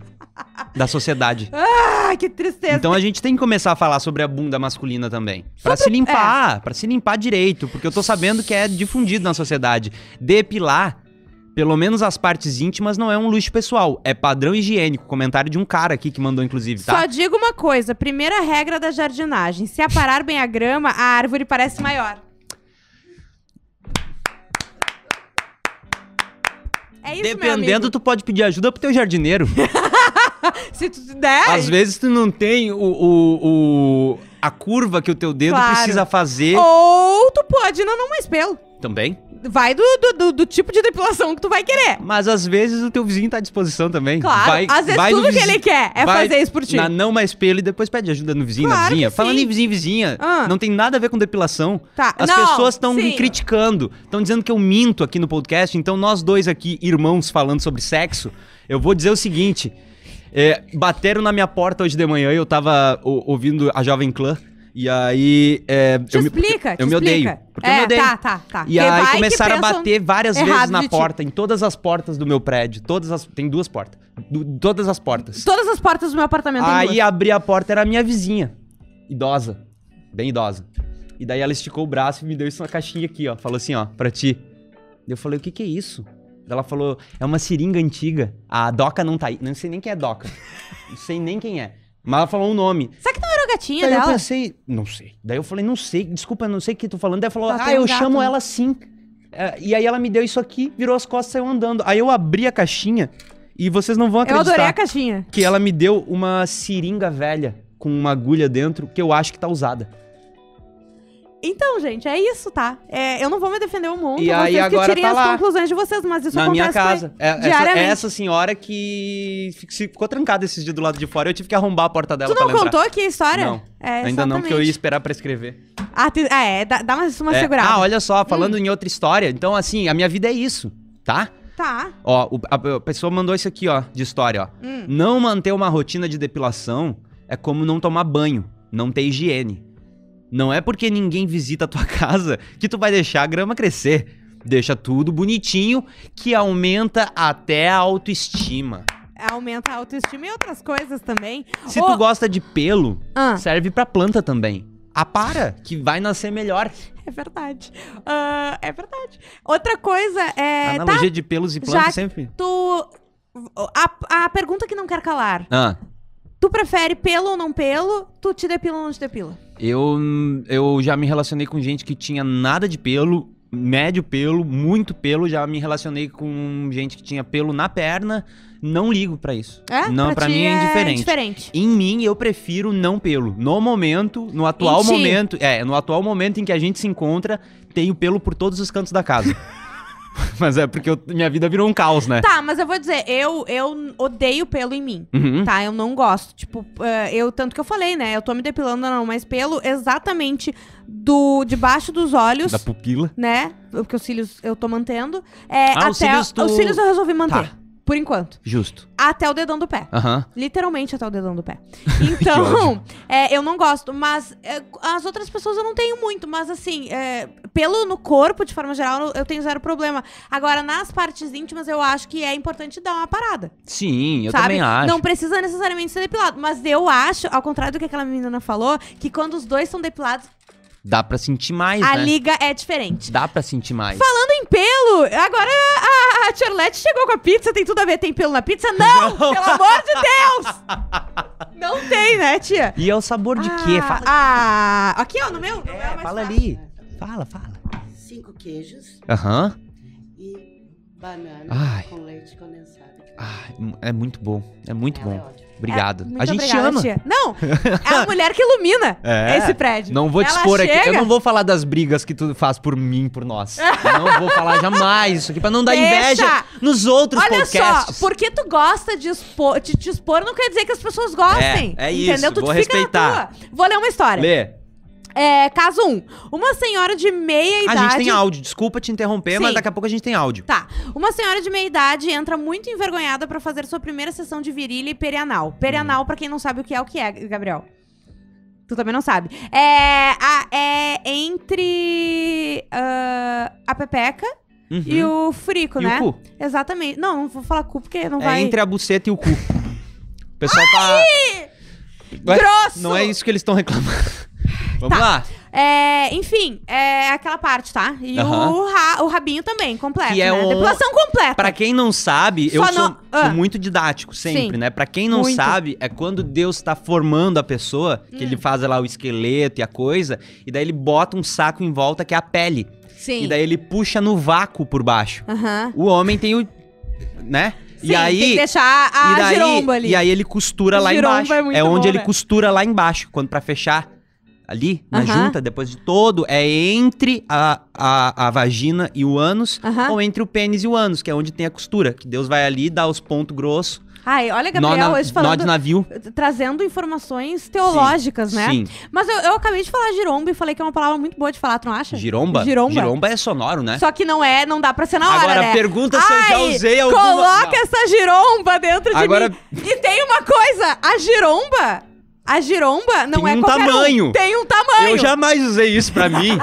[SPEAKER 2] da sociedade.
[SPEAKER 1] Ai, que tristeza.
[SPEAKER 2] Então a gente tem que começar a falar sobre a bunda masculina também. Pra se
[SPEAKER 1] é.
[SPEAKER 2] limpar, pra se limpar direito, porque eu tô sabendo que é difundido na sociedade. Depilar, pelo menos as partes íntimas, não é um luxo pessoal, é padrão higiênico. Comentário de um cara aqui que mandou, inclusive, tá?
[SPEAKER 1] Só digo uma coisa: primeira regra da jardinagem: se aparar bem a grama, a árvore parece maior. É isso, meu
[SPEAKER 2] Dependendo,
[SPEAKER 1] amigo.
[SPEAKER 2] tu pode pedir ajuda pro teu
[SPEAKER 1] *laughs*
[SPEAKER 2] jardineiro.
[SPEAKER 1] Se tu der.
[SPEAKER 2] Às vezes tu não tem o, o- o- a curva que o teu dedo
[SPEAKER 1] Claro.
[SPEAKER 2] precisa fazer
[SPEAKER 1] Ou tu pode não, não mais pelo.
[SPEAKER 2] também.
[SPEAKER 1] Vai do, do, do- do tipo de depilação que tu vai querer.
[SPEAKER 2] Mas às vezes o teu vizinho tá à disposição também.
[SPEAKER 1] Claro.
[SPEAKER 2] Vai-
[SPEAKER 1] Às vezes
[SPEAKER 2] vai no
[SPEAKER 1] tudo que
[SPEAKER 2] vizinho-
[SPEAKER 1] ele quer é
[SPEAKER 2] vai
[SPEAKER 1] fazer isso por ti.
[SPEAKER 2] Na não mais pelo e depois pede ajuda no vizinho,
[SPEAKER 1] Claro
[SPEAKER 2] na
[SPEAKER 1] que
[SPEAKER 2] vizinha.
[SPEAKER 1] sim.
[SPEAKER 2] Falando em vizinho e vizinha,
[SPEAKER 1] Ah.
[SPEAKER 2] não tem nada a ver com depilação.
[SPEAKER 1] Tá.
[SPEAKER 2] As
[SPEAKER 1] não,
[SPEAKER 2] pessoas estão me
[SPEAKER 1] sim.
[SPEAKER 2] criticando, estão dizendo que eu minto aqui no podcast. Então, nós dois aqui, irmãos, falando sobre sexo, eu vou dizer o seguinte: é, bateram na minha porta hoje de manhã e eu tava o- ouvindo a Jovem Clã. E aí. é,
[SPEAKER 1] Te
[SPEAKER 2] eu me-
[SPEAKER 1] explica,
[SPEAKER 2] eu
[SPEAKER 1] te
[SPEAKER 2] me odeio,
[SPEAKER 1] explica.
[SPEAKER 2] porque eu
[SPEAKER 1] é,
[SPEAKER 2] me odeio.
[SPEAKER 1] Tá, tá, tá.
[SPEAKER 2] E
[SPEAKER 1] Porque vai
[SPEAKER 2] aí
[SPEAKER 1] que
[SPEAKER 2] começaram a
[SPEAKER 1] pensam-
[SPEAKER 2] bater várias
[SPEAKER 1] errado tipo.
[SPEAKER 2] vezes na
[SPEAKER 1] de ti.
[SPEAKER 2] porta, em todas as portas do meu prédio. Todas as. Tem duas portas. Du- todas as portas.
[SPEAKER 1] Todas as portas do meu apartamento têm
[SPEAKER 2] Aí
[SPEAKER 1] duas.
[SPEAKER 2] abri a porta, era a minha vizinha. Idosa. Bem idosa. E daí ela esticou o braço e me deu isso na caixinha aqui, ó. Falou assim, ó, pra ti. Eu falei, o que que é isso? Ela falou, é uma seringa antiga. A Doca não tá aí. Não sei nem quem é Doca. não sei nem quem é. Mas ela falou o nome.
[SPEAKER 1] Será que não era o gatinho
[SPEAKER 2] Daí eu
[SPEAKER 1] dela?
[SPEAKER 2] pensei, não sei. Daí eu falei, não sei, desculpa, não sei o que tu falando. Daí ela falou,
[SPEAKER 1] Tá,
[SPEAKER 2] ah,
[SPEAKER 1] tem um
[SPEAKER 2] eu
[SPEAKER 1] gato,
[SPEAKER 2] chamo
[SPEAKER 1] né?"
[SPEAKER 2] ela sim. É, e aí ela me deu isso aqui, virou as costas e saiu andando. Aí eu abri a caixinha e vocês não vão
[SPEAKER 1] Eu
[SPEAKER 2] acreditar
[SPEAKER 1] adorei a caixinha.
[SPEAKER 2] que ela me deu uma seringa velha com uma agulha dentro que eu acho que tá usada.
[SPEAKER 1] Então, gente, é isso, tá? É, eu não vou me defender o mundo,
[SPEAKER 2] E
[SPEAKER 1] vocês
[SPEAKER 2] aí
[SPEAKER 1] que
[SPEAKER 2] agora
[SPEAKER 1] tirem
[SPEAKER 2] tá
[SPEAKER 1] as
[SPEAKER 2] lá.
[SPEAKER 1] conclusões de vocês, mas isso
[SPEAKER 2] na
[SPEAKER 1] acontece
[SPEAKER 2] minha casa. É- essa,
[SPEAKER 1] diariamente.
[SPEAKER 2] é essa senhora que fi- se ficou trancada esses dias do lado de fora. Eu tive que arrombar a porta
[SPEAKER 1] com-
[SPEAKER 2] dela
[SPEAKER 1] Tu
[SPEAKER 2] pra
[SPEAKER 1] não
[SPEAKER 2] lembrar.
[SPEAKER 1] contou aqui a história?
[SPEAKER 2] Não,
[SPEAKER 1] É,
[SPEAKER 2] Ainda não, porque eu ia
[SPEAKER 1] exatamente.
[SPEAKER 2] esperar pra escrever.
[SPEAKER 1] Ah, te- ah, é, dá, dá mais uma
[SPEAKER 2] É,
[SPEAKER 1] segurada. Hum.
[SPEAKER 2] Ah, olha só, falando em outra história. Então, assim, a minha vida é isso, tá?
[SPEAKER 1] Tá.
[SPEAKER 2] Ó, o- a, a pessoa mandou isso aqui, ó, de história, ó.
[SPEAKER 1] Hum.
[SPEAKER 2] Não manter uma rotina de depilação é como não tomar banho, não ter higiene. Não é porque ninguém visita a tua *laughs* casa que tu vai deixar a grama crescer. Deixa tudo bonitinho, que aumenta até a autoestima.
[SPEAKER 1] Aumenta a autoestima e outras coisas também.
[SPEAKER 2] Se
[SPEAKER 1] Ô,
[SPEAKER 2] tu gosta de pelo,
[SPEAKER 1] ah,
[SPEAKER 2] serve pra planta também. A para, que vai nascer melhor.
[SPEAKER 1] é verdade. Ah, é verdade. Outra coisa é... Tá,
[SPEAKER 2] Analogia de pelos e plantas
[SPEAKER 1] Já-
[SPEAKER 2] sempre.
[SPEAKER 1] tu... A, a pergunta que não quer calar.
[SPEAKER 2] Ah,
[SPEAKER 1] Tu prefere pelo ou não pelo? Tu te depila ou não te depila?
[SPEAKER 2] Eu, eu já me relacionei com gente que tinha nada de pelo, médio pelo, muito pelo. Já me relacionei com gente que tinha pelo na perna. Não ligo pra isso.
[SPEAKER 1] É?
[SPEAKER 2] Não, pra
[SPEAKER 1] ti
[SPEAKER 2] mim é indiferente.
[SPEAKER 1] indiferente.
[SPEAKER 2] Em mim, eu prefiro não pelo. No momento, no atual
[SPEAKER 1] ti.
[SPEAKER 2] momento. É, no atual momento em que a gente se encontra, tenho pelo por todos os cantos
[SPEAKER 1] *laughs*
[SPEAKER 2] da casa. Mas é porque eu- minha vida virou um caos, né?
[SPEAKER 1] Tá, mas eu vou dizer, eu, eu odeio pelo em mim.
[SPEAKER 2] Uhum.
[SPEAKER 1] Tá, eu não gosto. Tipo, eh, eu tanto que eu falei, né? Eu tô me depilando não, mas pelo exatamente do debaixo dos olhos,
[SPEAKER 2] Da pupila.
[SPEAKER 1] né? Porque os cílios eu tô mantendo. É,
[SPEAKER 2] Ah,
[SPEAKER 1] até
[SPEAKER 2] os cílios tu-
[SPEAKER 1] os cílios eu resolvi manter,
[SPEAKER 2] Tá.
[SPEAKER 1] por enquanto.
[SPEAKER 2] Justo.
[SPEAKER 1] Até o dedão do pé.
[SPEAKER 2] Aham.
[SPEAKER 1] Literalmente até o dedão
[SPEAKER 2] *laughs*
[SPEAKER 1] do pé. Então, *laughs* é, eu não gosto, mas é, as outras pessoas eu não tenho muito, mas assim, é, pelo no corpo, de forma geral, eu- eu tenho zero problema. Agora, nas partes íntimas, eu acho que é importante dar uma parada.
[SPEAKER 2] Sim, eu
[SPEAKER 1] sabe?
[SPEAKER 2] também acho.
[SPEAKER 1] Não precisa necessariamente ser depilado, mas eu acho, ao contrário do que aquela menina falou, que quando os dois são depilados,
[SPEAKER 2] Dá pra sentir mais,
[SPEAKER 1] A
[SPEAKER 2] né?
[SPEAKER 1] liga é diferente.
[SPEAKER 2] Dá pra sentir mais.
[SPEAKER 1] Tem pelo? Agora a, a Charlotte chegou com a pizza, tem tudo a ver. Tem pelo na pizza? Não! Pelo amor de Deus! Não tem, né, tia?
[SPEAKER 2] E é o sabor de quê?
[SPEAKER 1] Ah,
[SPEAKER 2] Fala,
[SPEAKER 1] Ah, aqui, ó, no meu? no meu
[SPEAKER 2] é,
[SPEAKER 1] mais
[SPEAKER 2] fala
[SPEAKER 1] fácil.
[SPEAKER 2] ali.
[SPEAKER 1] né?
[SPEAKER 2] Fala, fala.
[SPEAKER 3] Cinco queijos
[SPEAKER 2] Aham.
[SPEAKER 3] e banana
[SPEAKER 2] Ai.
[SPEAKER 3] com leite condensado.
[SPEAKER 2] Ai, é muito bom. É muito
[SPEAKER 3] Ela é
[SPEAKER 2] bom.
[SPEAKER 3] ótima.
[SPEAKER 2] Obrigado.
[SPEAKER 1] É, muito
[SPEAKER 2] a gente
[SPEAKER 1] obrigada,
[SPEAKER 2] ama.
[SPEAKER 1] tia. Não, é
[SPEAKER 2] *laughs*
[SPEAKER 1] a mulher que ilumina
[SPEAKER 2] É.
[SPEAKER 1] esse prédio.
[SPEAKER 2] Não vou te
[SPEAKER 1] Ela
[SPEAKER 2] expor aqui. Eu
[SPEAKER 1] chega-
[SPEAKER 2] não vou falar das brigas que tu faz por mim, por nós. não vou falar jamais isso aqui, pra não dar
[SPEAKER 1] Deixa.
[SPEAKER 2] inveja nos outros
[SPEAKER 1] Olha
[SPEAKER 2] podcasts.
[SPEAKER 1] só, porque tu gosta de, expor, de te expor não quer dizer que as pessoas gostem.
[SPEAKER 2] É, é
[SPEAKER 1] entendeu?
[SPEAKER 2] isso,
[SPEAKER 1] Tu
[SPEAKER 2] vou
[SPEAKER 1] te fica
[SPEAKER 2] respeitar.
[SPEAKER 1] na tua. Vou ler uma história.
[SPEAKER 2] Lê,
[SPEAKER 1] É, caso 1. Um, uma senhora de meia
[SPEAKER 2] a
[SPEAKER 1] idade.
[SPEAKER 2] gente tem áudio. Desculpa te interromper, mas
[SPEAKER 1] Sim.
[SPEAKER 2] daqui a pouco a gente tem áudio.
[SPEAKER 1] Tá. Uma senhora de meia idade entra muito envergonhada pra fazer sua primeira sessão de virilha e perianal.
[SPEAKER 2] Hum.
[SPEAKER 1] Perianal, pra quem não sabe o que é, o que é, Gabriel? Tu também não sabe. É, a- é entre ah, a pepeca
[SPEAKER 2] Uhum.
[SPEAKER 1] e o frico,
[SPEAKER 2] E
[SPEAKER 1] né?
[SPEAKER 2] o cu?
[SPEAKER 1] Exatamente. Não, não vou falar cu porque não
[SPEAKER 2] é
[SPEAKER 1] vai. Ah,
[SPEAKER 2] entre a buceta e o cu. O pessoal tá. Ué,
[SPEAKER 1] Grosso!
[SPEAKER 2] Não é isso que eles estão reclamando.
[SPEAKER 1] Tá.
[SPEAKER 2] Vamos lá.
[SPEAKER 1] É, enfim, é aquela parte, tá? E o,
[SPEAKER 2] Aham.
[SPEAKER 1] ra- o rabinho também, completo.
[SPEAKER 2] Que é
[SPEAKER 1] né?
[SPEAKER 2] um-
[SPEAKER 1] Depilação completa.
[SPEAKER 2] Pra quem não sabe, eu
[SPEAKER 1] Só
[SPEAKER 2] sou,
[SPEAKER 1] não- Ah.
[SPEAKER 2] sou muito didático sempre,
[SPEAKER 1] Sim.
[SPEAKER 2] né? Pra quem não
[SPEAKER 1] Muito.
[SPEAKER 2] sabe, é quando Deus tá formando a pessoa, que
[SPEAKER 1] Hum.
[SPEAKER 2] ele faz lá o esqueleto e a coisa, e daí ele bota um saco em volta que é a pele.
[SPEAKER 1] Sim.
[SPEAKER 2] E daí ele puxa no vácuo por baixo.
[SPEAKER 1] Aham.
[SPEAKER 2] O homem tem o. né?
[SPEAKER 1] Sim,
[SPEAKER 2] e aí.
[SPEAKER 1] Tem que deixar a
[SPEAKER 2] e, daí,
[SPEAKER 1] Ah, giromba ali.
[SPEAKER 2] e aí ele costura lá
[SPEAKER 1] Giromba
[SPEAKER 2] embaixo.
[SPEAKER 1] é muito
[SPEAKER 2] onde
[SPEAKER 1] bom,
[SPEAKER 2] ele
[SPEAKER 1] né?
[SPEAKER 2] costura lá embaixo, quando pra fechar ali, na
[SPEAKER 1] Aham.
[SPEAKER 2] junta, depois de todo, é entre a, a, a vagina e o ânus,
[SPEAKER 1] Aham.
[SPEAKER 2] ou entre o pênis e o ânus, que é onde tem a costura. Que Deus vai ali, dá os pontos grossos,
[SPEAKER 1] Ai, olha,
[SPEAKER 2] nó,
[SPEAKER 1] Gabriel,
[SPEAKER 2] na-
[SPEAKER 1] hoje
[SPEAKER 2] nó de
[SPEAKER 1] falando,
[SPEAKER 2] navio.
[SPEAKER 1] trazendo informações teológicas, né?
[SPEAKER 2] Sim.
[SPEAKER 1] Mas eu, eu acabei de falar giromba e falei que é uma palavra muito boa de falar, tu não acha?
[SPEAKER 2] Giromba?
[SPEAKER 1] Giromba.
[SPEAKER 2] é sonoro, né?
[SPEAKER 1] Só que não é, não dá pra ser na hora,
[SPEAKER 2] Agora,
[SPEAKER 1] né?
[SPEAKER 2] pergunta se eu já
[SPEAKER 1] Ai,
[SPEAKER 2] usei alguma...
[SPEAKER 1] Coloca essa giromba dentro de
[SPEAKER 2] Agora-
[SPEAKER 1] mim. E tem uma coisa, a giromba, a giromba não
[SPEAKER 2] Tem
[SPEAKER 1] é
[SPEAKER 2] um
[SPEAKER 1] qualquer
[SPEAKER 2] tamanho.
[SPEAKER 1] um. Tem um
[SPEAKER 2] Não,
[SPEAKER 1] tamanho.
[SPEAKER 2] eu jamais usei isso pra mim.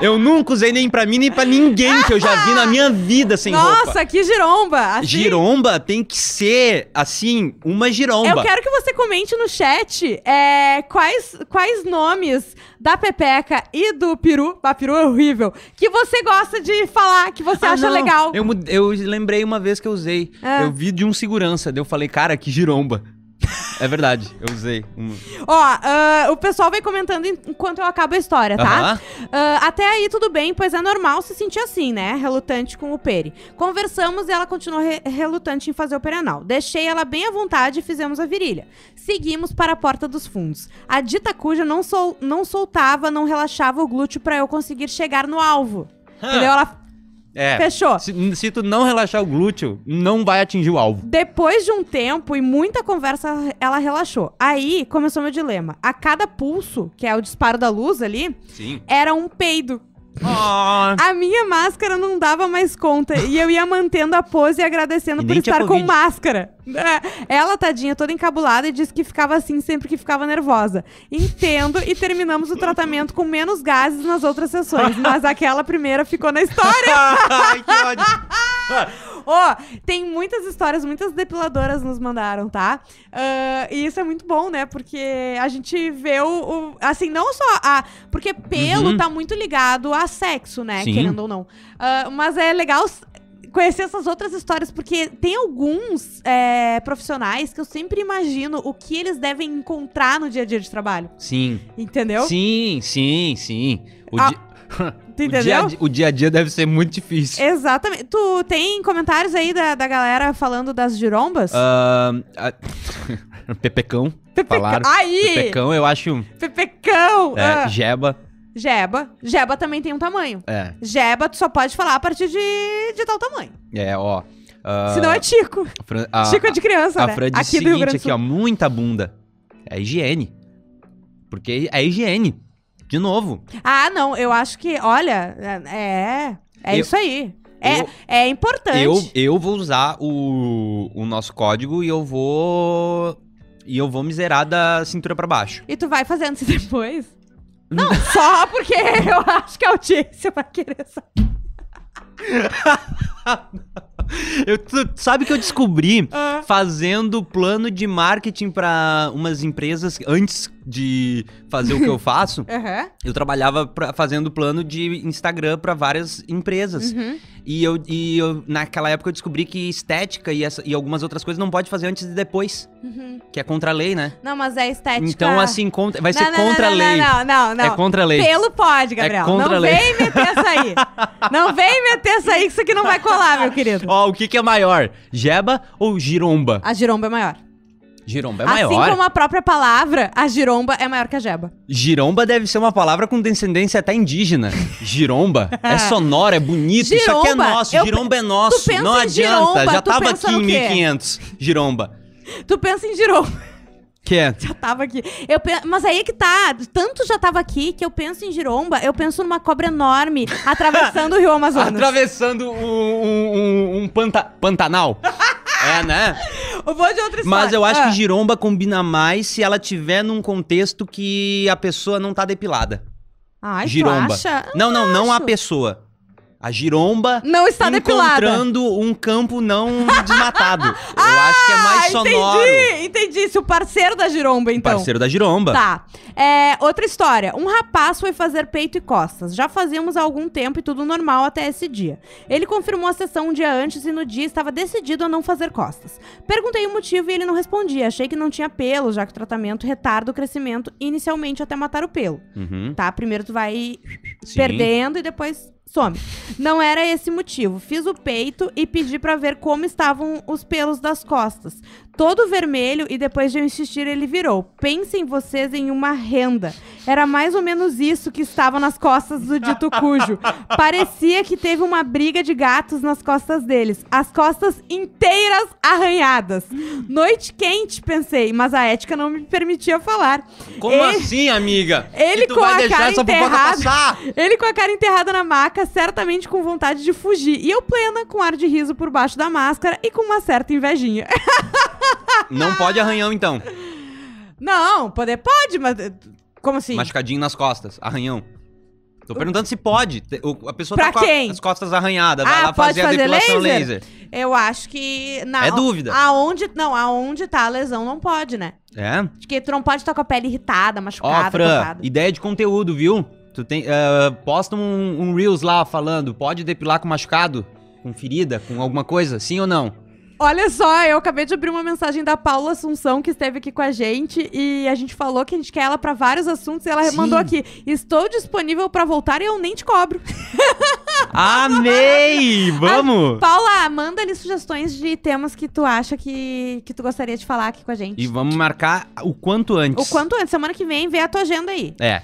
[SPEAKER 2] Eu nunca usei nem pra mim, nem pra ninguém que eu já vi na minha vida sem
[SPEAKER 1] Nossa,
[SPEAKER 2] roupa.
[SPEAKER 1] que giromba. Assim,
[SPEAKER 2] Giromba tem que ser, assim, uma giromba.
[SPEAKER 1] Eu quero É que você comente no chat é, quais, quais nomes da Pepeca e do Peru, da Peru é horrível, que você gosta de falar, que você
[SPEAKER 2] Ah,
[SPEAKER 1] acha
[SPEAKER 2] não.
[SPEAKER 1] legal.
[SPEAKER 2] Eu, mud- eu lembrei uma vez que eu usei.
[SPEAKER 1] Ah.
[SPEAKER 2] Eu vi de um segurança, daí eu falei, cara, que giromba. *laughs* é verdade, eu usei. um-
[SPEAKER 1] Ó, ah, o pessoal vai comentando en- enquanto eu acabo a história, tá?
[SPEAKER 2] Aham.
[SPEAKER 1] Ah, até aí tudo bem, pois é normal se sentir assim, né? Relutante com o peri. Conversamos e ela continuou re- relutante em fazer o perenal. Deixei ela bem à vontade e fizemos a virilha. Seguimos para a porta dos fundos. A dita cuja não, sol- não soltava, não relaxava o glúteo pra eu conseguir chegar no alvo. Entendeu? Ela
[SPEAKER 2] É.
[SPEAKER 1] fechou.
[SPEAKER 2] Se, se tu não relaxar o glúteo, não vai atingir o alvo.
[SPEAKER 1] Depois de um tempo e muita conversa, ela relaxou. Aí começou meu dilema. A cada pulso, que é o disparo da luz ali,
[SPEAKER 2] Sim.
[SPEAKER 1] era um peido. A minha máscara não dava mais conta e eu ia mantendo a pose e agradecendo
[SPEAKER 2] E
[SPEAKER 1] por
[SPEAKER 2] nem tinha
[SPEAKER 1] estar com
[SPEAKER 2] Covid.
[SPEAKER 1] máscara. É, Ela, tadinha, toda encabulada e disse que ficava assim sempre que ficava nervosa. Entendo e terminamos o tratamento com menos gases nas outras sessões, mas aquela primeira ficou na história.
[SPEAKER 2] *laughs* Ai, que ódio.
[SPEAKER 1] Ó, tem muitas histórias, muitas depiladoras nos mandaram, tá? Ah, e isso é muito bom, né? Porque a gente vê o. o- assim, não só a. Porque pelo
[SPEAKER 2] Uhum.
[SPEAKER 1] tá muito ligado a sexo, né?
[SPEAKER 2] Sim.
[SPEAKER 1] Querendo ou não. Ah, mas é legal. s- Conhecer essas outras histórias, porque tem alguns é, profissionais que eu sempre imagino o que eles devem encontrar no dia a dia de trabalho.
[SPEAKER 2] Sim.
[SPEAKER 1] Entendeu?
[SPEAKER 2] Sim, sim, sim. O,
[SPEAKER 1] Ah,
[SPEAKER 2] di-
[SPEAKER 1] Tu
[SPEAKER 2] o dia,
[SPEAKER 1] entendeu?
[SPEAKER 2] a di- o dia a dia deve ser muito difícil.
[SPEAKER 1] Exatamente. Tu tem comentários aí da, da galera falando das girombas?
[SPEAKER 2] Ah,
[SPEAKER 1] *laughs*
[SPEAKER 2] Ahn,
[SPEAKER 1] É.
[SPEAKER 2] a- Pepecão, falaram.
[SPEAKER 1] Aí!
[SPEAKER 2] Pepecão, eu acho.
[SPEAKER 1] Pepecão!
[SPEAKER 2] é,
[SPEAKER 1] ah.
[SPEAKER 2] Jeba.
[SPEAKER 1] Jeba. Jeba também tem um tamanho.
[SPEAKER 2] É,
[SPEAKER 1] Jeba, tu só pode falar a partir de, de tal tamanho.
[SPEAKER 2] é, ó. ah,
[SPEAKER 1] Senão é Tico.
[SPEAKER 2] Fran- a,
[SPEAKER 1] Tico é de criança,
[SPEAKER 2] a
[SPEAKER 1] né?
[SPEAKER 2] Fran disse o seguinte aqui, ó, muita bunda. É higiene. Porque é higiene. De novo.
[SPEAKER 1] Ah, não, eu acho que, olha, é. É
[SPEAKER 2] Eu-
[SPEAKER 1] isso aí. É,
[SPEAKER 2] eu-
[SPEAKER 1] é importante.
[SPEAKER 2] Eu, eu vou usar o, o nosso código e eu vou. E eu vou me zerar da cintura pra baixo.
[SPEAKER 1] E tu vai fazendo isso *laughs* depois? Não, só porque *laughs* eu acho que a audiência vai querer saber.
[SPEAKER 2] Eu, tu, tu sabe que eu descobri
[SPEAKER 1] Ah.
[SPEAKER 2] fazendo plano de marketing pra umas empresas antes de fazer o que
[SPEAKER 1] *laughs*
[SPEAKER 2] eu faço.
[SPEAKER 1] Aham.
[SPEAKER 2] Eu trabalhava pra- fazendo plano de Instagram pra várias empresas.
[SPEAKER 1] Uhum.
[SPEAKER 2] E, eu, e eu, naquela época eu descobri que estética e, essa- e algumas outras coisas não pode fazer antes e depois,
[SPEAKER 1] Uhum.
[SPEAKER 2] que é contra a lei, né?
[SPEAKER 1] Não, mas é estética.
[SPEAKER 2] Então, assim, contra- vai ser
[SPEAKER 1] Não, não, não,
[SPEAKER 2] contra a
[SPEAKER 1] não,
[SPEAKER 2] lei.
[SPEAKER 1] Não, não, não.
[SPEAKER 2] É contra a lei. É
[SPEAKER 1] Pelo pode, Gabriel.
[SPEAKER 2] contra a
[SPEAKER 1] não
[SPEAKER 2] lei.
[SPEAKER 1] vem meter essa aí. Não vem meter essa aí, que isso aqui não vai colar, meu querido.
[SPEAKER 2] Ó, o que, que é maior? Jeba ou giromba?
[SPEAKER 1] A giromba é maior.
[SPEAKER 2] Giromba é
[SPEAKER 1] Assim
[SPEAKER 2] maior.
[SPEAKER 1] como a própria palavra, a giromba é maior que a jeba.
[SPEAKER 2] Giromba deve ser uma palavra com descendência até indígena. Giromba.
[SPEAKER 1] *laughs*
[SPEAKER 2] é sonora, é bonito. Isso aqui é
[SPEAKER 1] Giromba,
[SPEAKER 2] nosso.
[SPEAKER 1] eu-
[SPEAKER 2] Giromba é nosso.
[SPEAKER 1] tu pensa
[SPEAKER 2] não
[SPEAKER 1] em
[SPEAKER 2] adianta.
[SPEAKER 1] giromba,
[SPEAKER 2] Já
[SPEAKER 1] tu
[SPEAKER 2] tava
[SPEAKER 1] pensa
[SPEAKER 2] aqui
[SPEAKER 1] no
[SPEAKER 2] em
[SPEAKER 1] quê?
[SPEAKER 2] 1500. Giromba.
[SPEAKER 1] Tu pensa em giromba. *laughs*
[SPEAKER 2] Que é?
[SPEAKER 1] Já tava aqui. Eu pe- Mas aí que tá. Tanto já tava aqui que eu penso em giromba, eu penso numa cobra enorme atravessando o rio Amazonas.
[SPEAKER 2] Atravessando um, um- um- um panta-
[SPEAKER 1] *laughs*
[SPEAKER 2] pantanal. é, né?
[SPEAKER 1] Eu vou de outra história.
[SPEAKER 2] Mas eu acho
[SPEAKER 1] Ah.
[SPEAKER 2] que giromba combina mais se ela tiver num contexto que a pessoa não tá depilada.
[SPEAKER 1] Ai,
[SPEAKER 2] giromba.
[SPEAKER 1] tu acha?
[SPEAKER 2] Não, não, não a
[SPEAKER 1] Ah, acho.
[SPEAKER 2] pessoa. A giromba
[SPEAKER 1] Não está depilada.
[SPEAKER 2] encontrando um campo
[SPEAKER 1] *laughs*
[SPEAKER 2] não desmatado. Eu acho que é mais
[SPEAKER 1] Ah,
[SPEAKER 2] sonoro.
[SPEAKER 1] entendi, entendi. Se o parceiro da giromba, então.
[SPEAKER 2] Parceiro da giromba.
[SPEAKER 1] Tá. É, outra história. Um rapaz foi fazer peito e costas. Já fazíamos há algum tempo e tudo normal até esse dia. Ele confirmou a sessão um dia antes e no dia estava decidido a não fazer costas. Perguntei o motivo e ele não respondia. Achei que não tinha pelo, já que o tratamento retarda o crescimento inicialmente até matar o pelo.
[SPEAKER 2] Uhum,
[SPEAKER 1] Tá? Primeiro tu vai
[SPEAKER 2] sim.
[SPEAKER 1] perdendo e depois some. Não era esse o motivo. Fiz o peito e pedi pra ver como estavam os pelos das costas. Todo vermelho e depois de eu insistir ele virou. Pensem vocês em uma renda. Era mais ou menos isso que estava nas costas do dito cujo. Parecia que teve uma briga de gatos nas costas deles. As costas inteiras arranhadas. Noite quente, pensei, mas a ética não me permitia falar.
[SPEAKER 2] Como
[SPEAKER 1] Ele-
[SPEAKER 2] assim, amiga?
[SPEAKER 1] ele
[SPEAKER 2] que tu
[SPEAKER 1] com
[SPEAKER 2] vai
[SPEAKER 1] a
[SPEAKER 2] deixar
[SPEAKER 1] cara
[SPEAKER 2] essa fofoca
[SPEAKER 1] enterrada.
[SPEAKER 2] passar?
[SPEAKER 1] Ele com a cara enterrada na maca, certamente com vontade de fugir. E eu plena, com ar de riso por baixo da máscara e com uma certa invejinha. *laughs*
[SPEAKER 2] Não pode arranhão, então.
[SPEAKER 1] Não, poder pode, mas... eh, Como assim?
[SPEAKER 2] Machucadinho nas costas. Arranhão. Tô perguntando se pode. Te- o- A pessoa
[SPEAKER 1] Pra
[SPEAKER 2] tá com a-
[SPEAKER 1] quem?
[SPEAKER 2] as costas arranhadas. Vai
[SPEAKER 1] Ah,
[SPEAKER 2] lá
[SPEAKER 1] pode
[SPEAKER 2] fazer,
[SPEAKER 1] fazer
[SPEAKER 2] a depilação
[SPEAKER 1] laser?
[SPEAKER 2] laser.
[SPEAKER 1] Eu acho que... Na,
[SPEAKER 2] É dúvida.
[SPEAKER 1] Aonde, não, aonde tá a lesão não pode, né?
[SPEAKER 2] É?
[SPEAKER 1] Porque tu não pode estar com a pele irritada, machucada,
[SPEAKER 2] Ó, Fran,
[SPEAKER 1] cortada.
[SPEAKER 2] ideia de conteúdo, viu? Tu tem, ah, posta um, um Reels lá falando, pode depilar com machucado? Com ferida? Com alguma coisa? Sim
[SPEAKER 1] *laughs*
[SPEAKER 2] ou não?
[SPEAKER 1] Olha só, eu acabei de abrir uma mensagem da Paula Assunção, que esteve aqui com a gente, e a gente falou que a gente quer ela pra vários assuntos, e ela
[SPEAKER 2] Sim.
[SPEAKER 1] mandou aqui, estou disponível pra voltar e eu nem te cobro. *laughs*
[SPEAKER 2] Amei! Vamos!
[SPEAKER 1] Paula, manda ali sugestões de temas que tu acha que, que tu gostaria de falar aqui com a gente.
[SPEAKER 2] E vamos marcar o quanto antes.
[SPEAKER 1] O quanto antes, semana que vem, vê a tua agenda aí.
[SPEAKER 2] É,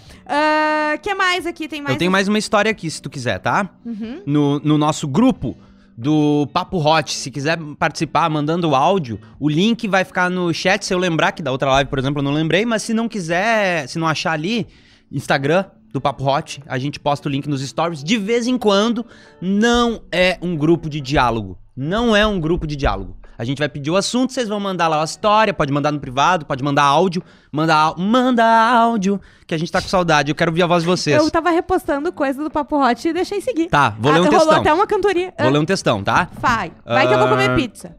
[SPEAKER 1] O que mais aqui? Tem mais? um
[SPEAKER 2] eu tenho mais uma história aqui, se tu quiser, tá?
[SPEAKER 1] Uhum.
[SPEAKER 2] no, no nosso grupo do Papo Hot. Se quiser participar mandando áudio, o link vai ficar no chat. Se eu lembrar, que da outra live, por exemplo, eu não lembrei, mas se não quiser, se não achar ali, Instagram do Papo Hot, a gente posta o link nos stories. De vez em quando, não é um grupo de diálogo. Não é um grupo de diálogo. A gente vai pedir o assunto, vocês vão mandar lá a história, pode mandar no privado, pode mandar áudio, manda, au- manda áudio, que a gente tá com saudade, eu quero ouvir a voz de vocês.
[SPEAKER 1] Eu tava repostando coisa do Papo Hot e deixei seguir.
[SPEAKER 2] Tá, vou ler
[SPEAKER 1] Ah,
[SPEAKER 2] um
[SPEAKER 1] rolou
[SPEAKER 2] textão.
[SPEAKER 1] até uma cantoria.
[SPEAKER 2] Vou ler Ah, um textão, tá?
[SPEAKER 1] Ah, Vai, vai que eu vou comer pizza.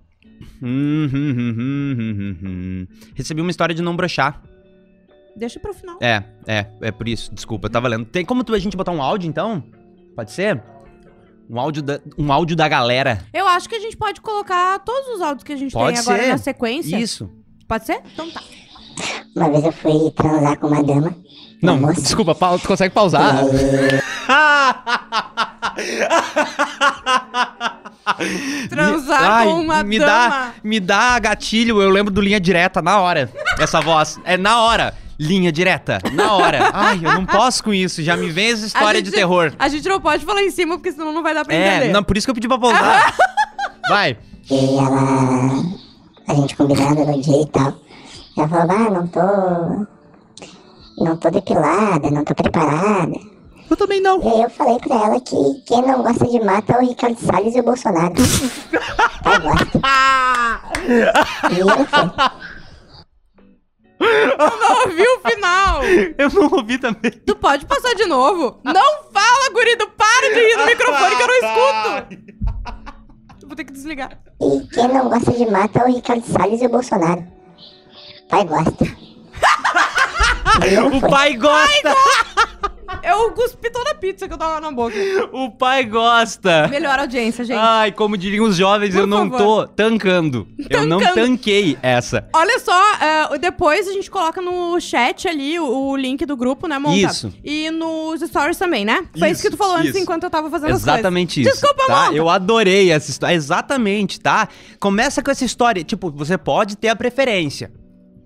[SPEAKER 2] Hum, hum, hum, hum, hum, hum. Recebi uma história de não brochar.
[SPEAKER 1] Deixa pro final.
[SPEAKER 2] É, é, é por isso. Desculpa, eu tava lendo. Tem como tu- a gente botar um áudio então? Pode ser? Um áudio da, um áudio da galera.
[SPEAKER 1] Eu acho que a gente pode colocar todos os áudios que a gente
[SPEAKER 2] Pode
[SPEAKER 1] tem agora
[SPEAKER 2] ser.
[SPEAKER 1] na sequência.
[SPEAKER 2] Isso.
[SPEAKER 1] Pode ser? Então tá.
[SPEAKER 4] Uma vez eu fui transar com uma dama. uma
[SPEAKER 2] Não, É.
[SPEAKER 4] moça.
[SPEAKER 2] desculpa, pau- tu consegue pausar?
[SPEAKER 1] Transar
[SPEAKER 2] Ai,
[SPEAKER 1] com uma
[SPEAKER 2] me
[SPEAKER 1] dama.
[SPEAKER 2] Dá, me dá gatilho, eu lembro do Linha Direta na hora. Essa voz. É na hora. Linha Direta, na
[SPEAKER 1] *laughs*
[SPEAKER 2] hora. Ai, eu não posso com isso. Já me vem essa história de
[SPEAKER 1] gente-
[SPEAKER 2] terror.
[SPEAKER 1] A gente não pode falar em cima, porque senão não vai dar pra
[SPEAKER 2] É,
[SPEAKER 1] entender. *laughs*
[SPEAKER 2] não, por isso que eu pedi pra pausar. Vai.
[SPEAKER 4] E ela. A gente combinava no dia e tal. Ela falou, ah, não tô. Não tô depilada, não tô preparada.
[SPEAKER 2] Eu também não.
[SPEAKER 4] E aí eu falei pra ela que quem não gosta de mata é o Ricardo Salles e
[SPEAKER 2] *laughs*
[SPEAKER 4] o Bolsonaro. eu gosto. E ela foi.
[SPEAKER 1] não ouvi o final.
[SPEAKER 2] *laughs* Eu não ouvi também.
[SPEAKER 1] Tu pode passar de novo. Não fala, gurido. Para de rir no microfone que eu não escuto. Eu Vou ter que desligar.
[SPEAKER 4] E quem não gosta de mata é o Ricardo Salles e o Bolsonaro. Pai gosta.
[SPEAKER 2] O pai gosta!
[SPEAKER 1] Eu cuspi toda a pizza que eu tava na boca. Ah.
[SPEAKER 2] O pai gosta!
[SPEAKER 1] Melhor audiência, gente.
[SPEAKER 2] Ai, como diriam os jovens,
[SPEAKER 1] Por
[SPEAKER 2] eu não tô tancando. Eu não
[SPEAKER 1] Tancando.
[SPEAKER 2] tanquei essa.
[SPEAKER 1] Olha só, é, o- depois a gente coloca no chat ali o, o link do grupo, né, Monta?
[SPEAKER 2] Isso.
[SPEAKER 1] E nos stories também, né? Foi isso
[SPEAKER 2] Isso,
[SPEAKER 1] que tu falou antes
[SPEAKER 2] isso.
[SPEAKER 1] enquanto eu tava fazendo
[SPEAKER 2] Exatamente
[SPEAKER 1] as
[SPEAKER 2] isso.
[SPEAKER 1] coisas. Desculpa,
[SPEAKER 2] tá?
[SPEAKER 1] Monta!
[SPEAKER 2] Eu adorei essa história. Exatamente, tá? Começa com essa história. Tipo, você pode ter a preferência.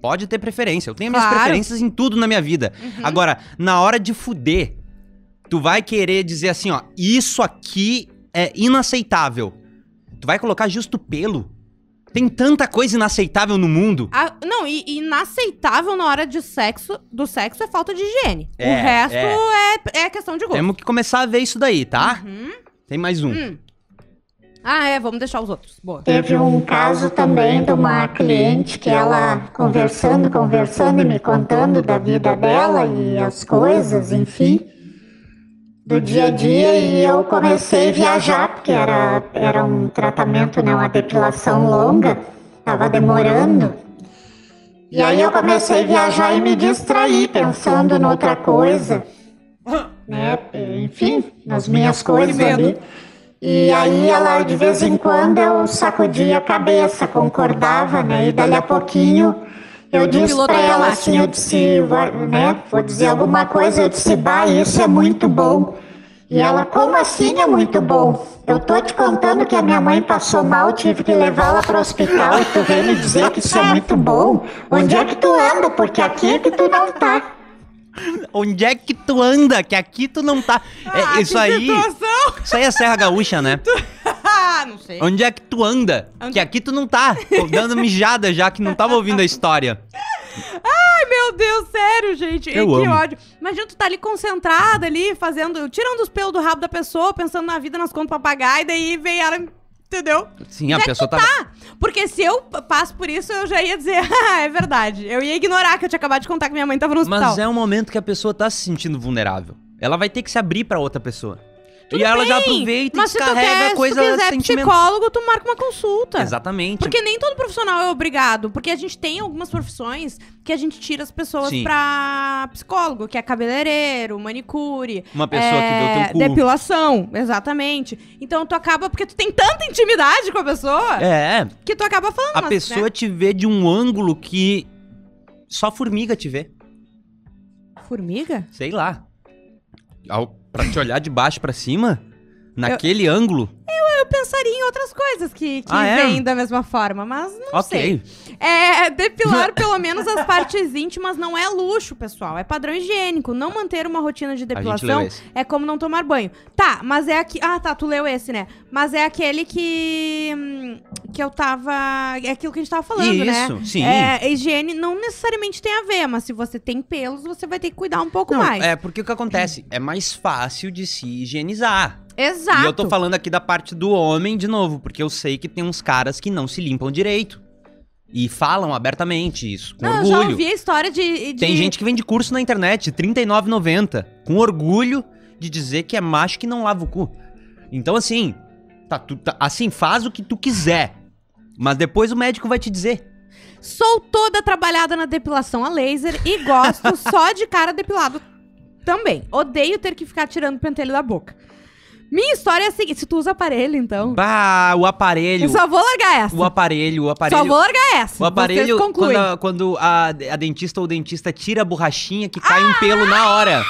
[SPEAKER 2] Pode ter preferência. Eu tenho minhas
[SPEAKER 1] Claro. Uhum.
[SPEAKER 2] preferências em tudo na minha vida. Agora, na hora de fuder, tu vai querer dizer assim, ó, isso aqui é inaceitável. Tu vai colocar justo pelo. Tem tanta coisa inaceitável no mundo.
[SPEAKER 1] Ah, não, e e inaceitável na hora de sexo, do sexo é falta de higiene.
[SPEAKER 2] É,
[SPEAKER 1] o resto
[SPEAKER 2] é.
[SPEAKER 1] é. É, questão de gosto.
[SPEAKER 2] Temos que começar a ver isso daí, tá?
[SPEAKER 1] Uhum.
[SPEAKER 2] Tem mais um.
[SPEAKER 1] Ah, é, vamos deixar os outros. Boa.
[SPEAKER 2] É.
[SPEAKER 5] Teve um caso também de uma cliente que ela conversando, conversando e me contando da vida dela e as coisas, enfim, do dia a dia e eu comecei a viajar porque era, era um tratamento, né, uma depilação longa, estava demorando. E aí eu comecei a viajar e me distrair pensando noutra coisa, né, enfim, nas minhas coisas ali. E aí ela de vez em quando eu sacudia a cabeça, concordava, né? E dali a pouquinho eu disse
[SPEAKER 1] Piloto
[SPEAKER 5] pra ela
[SPEAKER 1] automático.
[SPEAKER 5] assim, eu disse, vai, né? Vou dizer alguma coisa, eu disse, bah, isso é muito bom. E ela, como assim é muito bom? Eu tô te contando que a minha mãe passou mal, tive que levá-la para o hospital e tu vem me dizer que isso é muito bom. Onde é que tu anda? Porque aqui é que tu não tá.
[SPEAKER 2] Onde é que tu anda? Que aqui tu não tá. É,
[SPEAKER 1] Ah,
[SPEAKER 2] isso
[SPEAKER 1] que
[SPEAKER 2] aí.
[SPEAKER 1] situação!
[SPEAKER 2] Isso aí é Serra Gaúcha, né?
[SPEAKER 1] *laughs* Ah, não sei.
[SPEAKER 2] Onde é que tu anda? Que aqui tu não tá. Tô dando mijada já que não tava ouvindo a história.
[SPEAKER 1] Meu Deus, sério, gente. E
[SPEAKER 2] Eu
[SPEAKER 1] que
[SPEAKER 2] amo.
[SPEAKER 1] ódio. Imagina tu tá ali concentrada ali, fazendo. Tirando os pelos do rabo da pessoa, pensando na vida, nas contas pra pagar, e daí vem ela. Entendeu?
[SPEAKER 2] Sim, a
[SPEAKER 1] Já que
[SPEAKER 2] pessoa
[SPEAKER 1] tu
[SPEAKER 2] tava.
[SPEAKER 1] tá. Porque se eu p- passo por isso, eu já ia dizer, *laughs* ah, é verdade. Eu ia ignorar que eu tinha acabado de contar que minha mãe tava no hospital.
[SPEAKER 2] Mas é um momento que a pessoa tá se sentindo vulnerável. Ela vai ter que se abrir pra outra pessoa. e ela já
[SPEAKER 1] Sim,
[SPEAKER 2] aproveita e
[SPEAKER 1] mas se tu
[SPEAKER 2] descarrega
[SPEAKER 1] quer,
[SPEAKER 2] a coisa
[SPEAKER 1] se tu quiser
[SPEAKER 2] sentimental.
[SPEAKER 1] psicólogo, tu marca uma consulta.
[SPEAKER 2] Exatamente.
[SPEAKER 1] Porque nem todo profissional é obrigado. Porque a gente tem algumas profissões que a gente tira as pessoas
[SPEAKER 2] Sim.
[SPEAKER 1] pra psicólogo, que é cabeleireiro, manicure.
[SPEAKER 2] Uma pessoa que deu
[SPEAKER 1] é,
[SPEAKER 2] teu cu.
[SPEAKER 1] Depilação, exatamente. Então tu acaba, porque tu tem tanta intimidade com a pessoa,
[SPEAKER 2] É,
[SPEAKER 1] que tu acaba falando.
[SPEAKER 2] a
[SPEAKER 1] mas,
[SPEAKER 2] pessoa
[SPEAKER 1] né?
[SPEAKER 2] te vê de um ângulo que só formiga te vê.
[SPEAKER 1] Formiga?
[SPEAKER 2] sei lá. Ao, pra te olhar de baixo pra cima, naquele ângulo.
[SPEAKER 1] Eu pensaria em outras coisas que, que
[SPEAKER 2] Ah, é?
[SPEAKER 1] vêm da mesma forma, mas não sei.
[SPEAKER 2] ok.
[SPEAKER 1] É,
[SPEAKER 2] *laughs*
[SPEAKER 1] depilar pelo menos as partes íntimas não é luxo, pessoal. É padrão higiênico. Não manter uma rotina de
[SPEAKER 2] A gente leu
[SPEAKER 1] depilação
[SPEAKER 2] esse.
[SPEAKER 1] é como não tomar banho. Tá, mas é aqui. Ah, tá, tu leu esse, né? Mas é aquele que. hum, que eu tava. É aquilo que a gente tava falando, né?
[SPEAKER 2] Isso, sim.
[SPEAKER 1] É, higiene não necessariamente tem a ver, mas se você tem pelos, você vai ter que cuidar um pouco
[SPEAKER 2] Não,
[SPEAKER 1] mais.
[SPEAKER 2] é porque o que acontece? É mais fácil de se higienizar.
[SPEAKER 1] Exato.
[SPEAKER 2] E eu tô falando aqui da parte do homem de novo, porque eu sei que tem uns caras que não se limpam direito. E falam abertamente isso, com
[SPEAKER 1] Não, eu já
[SPEAKER 2] orgulho.
[SPEAKER 1] ouvi a história de. de-
[SPEAKER 2] Tem gente que vende curso na internet, R$ 39,90, com orgulho de dizer que é macho que não lava o cu. Então, assim, tá, tu, tá- assim, faz o que tu quiser. Mas depois o médico vai te dizer.
[SPEAKER 1] Sou toda trabalhada na depilação a laser e
[SPEAKER 2] *laughs*
[SPEAKER 1] gosto só de cara depilado também. Odeio ter que ficar tirando pentelho da boca. Minha história é a seguinte: se tu usa aparelho, então.
[SPEAKER 2] Bah, o aparelho.
[SPEAKER 1] Eu só vou largar essa.
[SPEAKER 2] O aparelho, o
[SPEAKER 1] Só
[SPEAKER 2] aparelho.
[SPEAKER 1] vou largar essa.
[SPEAKER 2] O aparelho,
[SPEAKER 1] Vocês concluem.
[SPEAKER 2] quando, a, quando a- a dentista ou o dentista tira a borrachinha que cai um pelo na
[SPEAKER 1] Ah,
[SPEAKER 2] hora.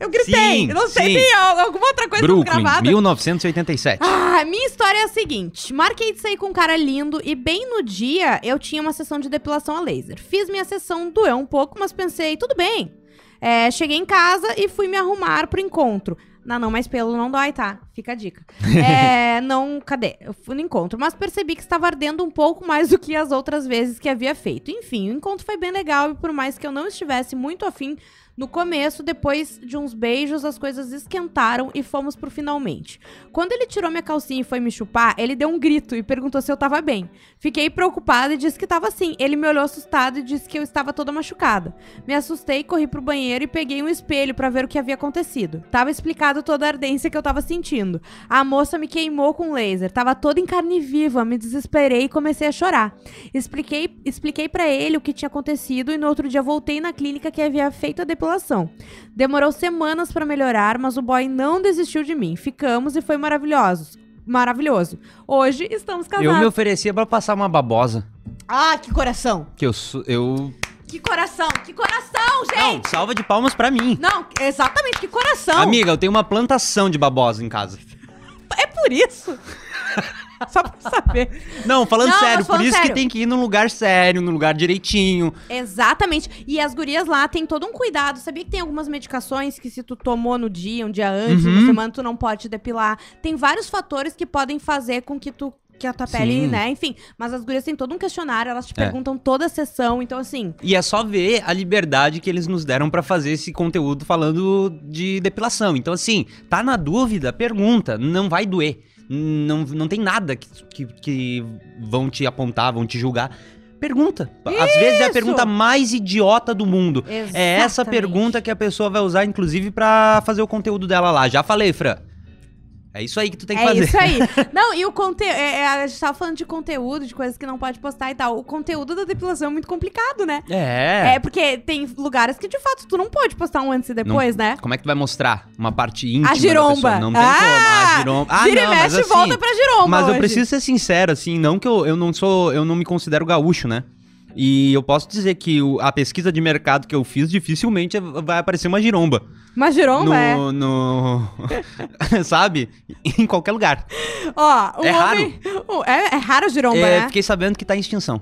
[SPEAKER 1] Eu gritei.
[SPEAKER 2] Sim,
[SPEAKER 1] eu não sei
[SPEAKER 2] sim.
[SPEAKER 1] tem al- alguma outra coisa
[SPEAKER 2] Brooklyn,
[SPEAKER 1] gravada.
[SPEAKER 2] 1987.
[SPEAKER 1] Ah, minha história é a seguinte: marquei de sair com um cara lindo e bem no dia eu tinha uma sessão de depilação a laser. Fiz minha sessão, doeu um pouco, mas pensei, tudo bem. É, cheguei em casa e fui me arrumar pro encontro. Não, não, mas pelo não dói, tá? Fica a dica. É, não, cadê? Eu fui no encontro, mas percebi que estava ardendo um pouco mais do que as outras vezes que havia feito. Enfim, o encontro foi bem legal e por mais que eu não estivesse muito afim No começo, depois de uns beijos, as coisas esquentaram e fomos pro finalmente. Quando ele tirou minha calcinha e foi me chupar, ele deu um grito e perguntou se eu tava bem. Fiquei preocupada e disse que tava sim. Ele me olhou assustado e disse que eu estava toda machucada. Me assustei, corri pro banheiro e peguei um espelho pra ver o que havia acontecido. Tava explicado toda a ardência que eu tava sentindo. A moça me queimou com laser, tava toda em carne viva, me desesperei e comecei a chorar. Expliquei, expliquei para ele o que tinha acontecido e no outro dia voltei na clínica que havia feito a depilação. Demorou semanas pra melhorar, mas o boy não desistiu de mim. Ficamos e foi maravilhoso. Maravilhoso. Hoje estamos
[SPEAKER 2] Eu me
[SPEAKER 1] casados.
[SPEAKER 2] oferecia pra passar uma babosa.
[SPEAKER 1] tá Ah, que coração!
[SPEAKER 2] Que eu. sou- eu...
[SPEAKER 1] Que coração! Que coração,
[SPEAKER 2] Não,
[SPEAKER 1] gente!
[SPEAKER 2] salva de palmas pra mim.
[SPEAKER 1] Não, exatamente, que coração!
[SPEAKER 2] Amiga, eu tenho uma plantação de babosa em casa.
[SPEAKER 1] É por
[SPEAKER 2] *laughs*
[SPEAKER 1] isso. Só pra saber.
[SPEAKER 2] Não, falando
[SPEAKER 1] Não,
[SPEAKER 2] sério,
[SPEAKER 1] mas
[SPEAKER 2] por
[SPEAKER 1] falando
[SPEAKER 2] isso que
[SPEAKER 1] sério.
[SPEAKER 2] tem que ir num lugar sério, num lugar direitinho.
[SPEAKER 1] Exatamente. E as gurias lá têm todo um cuidado. Sabia que tem algumas medicações que se tu tomou no dia, um dia antes,
[SPEAKER 2] Uhum.
[SPEAKER 1] uma semana, tu não pode te depilar. Tem vários fatores que podem fazer com que tu que a tua
[SPEAKER 2] Sim.
[SPEAKER 1] pele, né? Enfim, mas as gurias têm todo um questionário, elas te
[SPEAKER 2] É.
[SPEAKER 1] perguntam toda a sessão, então assim,
[SPEAKER 2] E é só ver a liberdade que eles nos deram pra fazer esse conteúdo falando de depilação. Então, assim, tá na dúvida, pergunta, não vai doer. Não, não tem nada que, que, que vão te apontar, vão te julgar. Pergunta. Às vezes é a
[SPEAKER 1] Isso!
[SPEAKER 2] pergunta mais idiota do mundo. É essa
[SPEAKER 1] exatamente.
[SPEAKER 2] pergunta que a pessoa vai usar, inclusive, pra fazer o conteúdo dela lá. Já falei, Fran. É isso aí que tu tem que
[SPEAKER 1] é
[SPEAKER 2] fazer.
[SPEAKER 1] isso aí.
[SPEAKER 2] *laughs*
[SPEAKER 1] Não, e o conteúdo. a gente tava falando de conteúdo, de coisas que não pode postar e tal. O conteúdo da depilação é muito complicado, né? É.
[SPEAKER 2] É.
[SPEAKER 1] porque tem lugares que, de fato, tu não pode postar um antes e depois, né?
[SPEAKER 2] Como é que tu vai mostrar uma parte íntima?
[SPEAKER 1] A
[SPEAKER 2] da
[SPEAKER 1] giromba.
[SPEAKER 2] pessoa? Não tem
[SPEAKER 1] ah,
[SPEAKER 2] como. A giromba. Ah,
[SPEAKER 1] Gira
[SPEAKER 2] não,
[SPEAKER 1] e mexe
[SPEAKER 2] mas
[SPEAKER 1] e
[SPEAKER 2] assim,
[SPEAKER 1] volta pra giromba
[SPEAKER 2] Mas eu
[SPEAKER 1] hoje.
[SPEAKER 2] preciso ser sincero, assim, não que eu, eu não sou, eu não me considero gaúcho, né? E eu posso dizer que o- a pesquisa de mercado que eu fiz dificilmente vai aparecer uma giromba.
[SPEAKER 1] Uma giromba é...
[SPEAKER 2] no, no- *laughs* sabe? Em qualquer lugar.
[SPEAKER 1] Ó, o
[SPEAKER 2] É raro.
[SPEAKER 1] homem... o- É, é raro a giromba,
[SPEAKER 2] É,
[SPEAKER 1] né?
[SPEAKER 2] Fiquei sabendo que tá em extinção.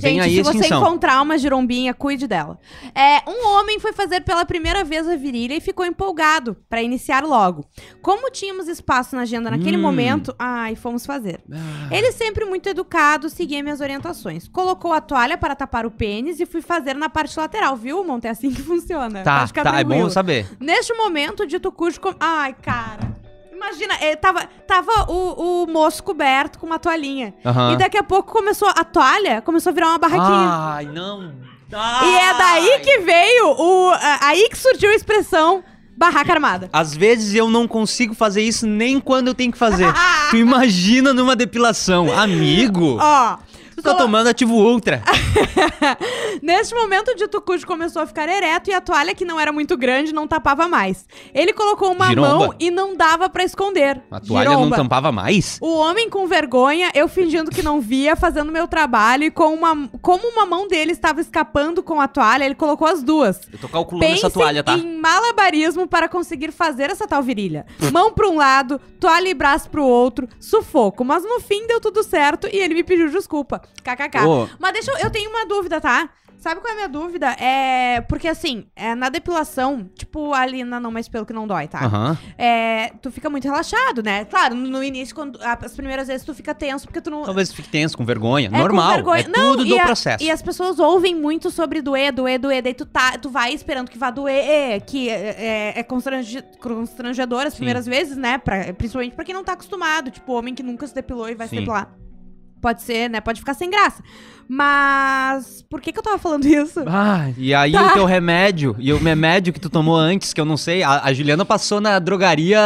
[SPEAKER 2] Vem
[SPEAKER 1] Gente,
[SPEAKER 2] aí
[SPEAKER 1] se
[SPEAKER 2] a
[SPEAKER 1] você
[SPEAKER 2] extinção.
[SPEAKER 1] encontrar uma girombinha, cuide dela. É, um homem foi fazer pela primeira vez a virilha e ficou empolgado pra iniciar logo. Como tínhamos espaço na agenda naquele
[SPEAKER 2] Hum.
[SPEAKER 1] momento, ai, fomos fazer.
[SPEAKER 2] Ah,
[SPEAKER 1] Ele é sempre muito educado, seguia minhas orientações. Colocou a toalha para tapar o pênis e fui fazer na parte lateral, viu, Monte? É assim que funciona.
[SPEAKER 2] Tá,
[SPEAKER 1] Pode ficar
[SPEAKER 2] tá, é
[SPEAKER 1] tranquilo.
[SPEAKER 2] bom saber.
[SPEAKER 1] Neste momento, o dito cujo. com- Ai, cara. Imagina, eh, tava, tava o, o moço coberto com uma toalhinha.
[SPEAKER 2] Aham.
[SPEAKER 1] E daqui a pouco começou a toalha, começou a virar uma barraquinha.
[SPEAKER 2] Ai, não.
[SPEAKER 1] E é daí
[SPEAKER 2] Ah. Ai.
[SPEAKER 1] que veio o. a- Aí que surgiu a expressão barraca armada.
[SPEAKER 2] Às vezes eu não consigo fazer isso nem quando eu tenho
[SPEAKER 1] *laughs*
[SPEAKER 2] que fazer. tu imagina numa depilação. Amigo,
[SPEAKER 1] Ó. Ah,
[SPEAKER 2] tu tá
[SPEAKER 1] colo-
[SPEAKER 2] tomando ativo ultra.
[SPEAKER 1] *laughs* Neste momento, o dito cujo começou a ficar ereto e a toalha, que não era muito grande, não tapava mais. Ele colocou uma
[SPEAKER 2] Giromba.
[SPEAKER 1] mão e não dava pra esconder.
[SPEAKER 2] A toalha não
[SPEAKER 1] Giromba.
[SPEAKER 2] tampava mais?
[SPEAKER 1] O homem com vergonha, eu fingindo que não via, fazendo meu trabalho e com uma, como uma mão dele estava escapando com a toalha, ele colocou as duas.
[SPEAKER 2] Eu tô calculando
[SPEAKER 1] Pensem
[SPEAKER 2] tá?
[SPEAKER 1] em malabarismo para conseguir fazer essa tal virilha. Mão para um lado, toalha e braço para o outro, sufoco. Mas no fim deu tudo certo e ele me pediu desculpa. KKK.
[SPEAKER 2] Ô,
[SPEAKER 1] Mas deixa eu. Eu tenho uma dúvida, tá? Sabe qual é a minha dúvida? É. Porque assim, é, na depilação, tipo, ali na não mais pelo que não dói, tá?
[SPEAKER 2] Aham.
[SPEAKER 1] É, tu fica muito relaxado, né? Claro, no início, quando, a- as primeiras vezes tu fica tenso porque tu não.
[SPEAKER 2] Talvez fique tenso, com vergonha.
[SPEAKER 1] É, com
[SPEAKER 2] Normal.
[SPEAKER 1] vergonha.
[SPEAKER 2] É
[SPEAKER 1] Não,
[SPEAKER 2] tudo
[SPEAKER 1] e
[SPEAKER 2] do
[SPEAKER 1] a-
[SPEAKER 2] processo.
[SPEAKER 1] E as pessoas ouvem muito sobre doer, doer, doer. Daí tu, tá, tu vai esperando que vá doer, que é, é- é constrange- constrangedor as
[SPEAKER 2] Sim.
[SPEAKER 1] primeiras vezes, né? Pra- principalmente pra quem não tá acostumado. Tipo, homem que nunca se depilou e vai se
[SPEAKER 2] Sim.
[SPEAKER 1] depilar. Pode ser, né? Pode ficar sem graça. Mas. Por que, que eu tava falando *laughs* isso?
[SPEAKER 2] Ah, e aí
[SPEAKER 1] Tá.
[SPEAKER 2] o teu remédio, e o remédio que tu tomou antes, que eu não sei, a, a Juliana passou na drogaria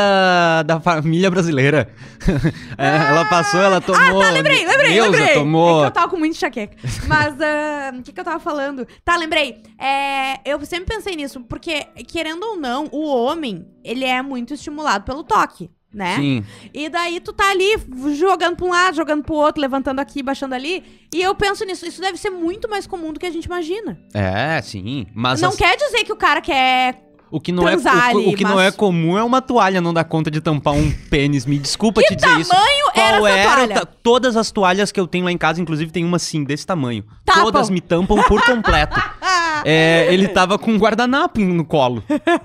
[SPEAKER 2] da família brasileira. *laughs* É, ela passou, ela tomou. Ah, tá,
[SPEAKER 1] Lembrei, lembrei,
[SPEAKER 2] Neuza
[SPEAKER 1] lembrei. É
[SPEAKER 2] tomou.
[SPEAKER 1] que eu tava com muito enxaqueca. Mas ah, o que, que eu tava falando? Tá, lembrei. É, eu sempre pensei nisso, porque, querendo ou não, o homem, ele é muito estimulado pelo toque, né?
[SPEAKER 2] Sim.
[SPEAKER 1] E daí tu tá ali jogando pra um lado, jogando pro outro, levantando aqui, baixando ali. E eu penso nisso. Isso deve ser muito mais comum do que a gente imagina.
[SPEAKER 2] É, sim. Mas
[SPEAKER 1] não
[SPEAKER 2] as-
[SPEAKER 1] quer dizer que o cara quer.
[SPEAKER 2] o que não, é, o,
[SPEAKER 1] transar
[SPEAKER 2] co- o
[SPEAKER 1] ali,
[SPEAKER 2] que
[SPEAKER 1] mas-
[SPEAKER 2] não é comum é uma toalha não dar conta de
[SPEAKER 1] *laughs*
[SPEAKER 2] tampar um pênis. Me desculpa te dizer isso.
[SPEAKER 1] era
[SPEAKER 2] Qual
[SPEAKER 1] essa
[SPEAKER 2] era o
[SPEAKER 1] toalha?
[SPEAKER 2] ta- todas as toalhas que eu tenho lá em casa, inclusive tem uma assim, desse tamanho.
[SPEAKER 1] Tapam.
[SPEAKER 2] Todas me tampam por completo.
[SPEAKER 1] *laughs* Ah,
[SPEAKER 2] É, ele tava com um guardanapo no colo.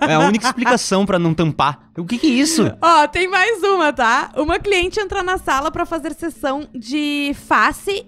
[SPEAKER 2] É a única explicação pra não tampar. O que que é isso?
[SPEAKER 1] Ó, tem mais uma, tá? Uma cliente entra na sala pra fazer sessão de face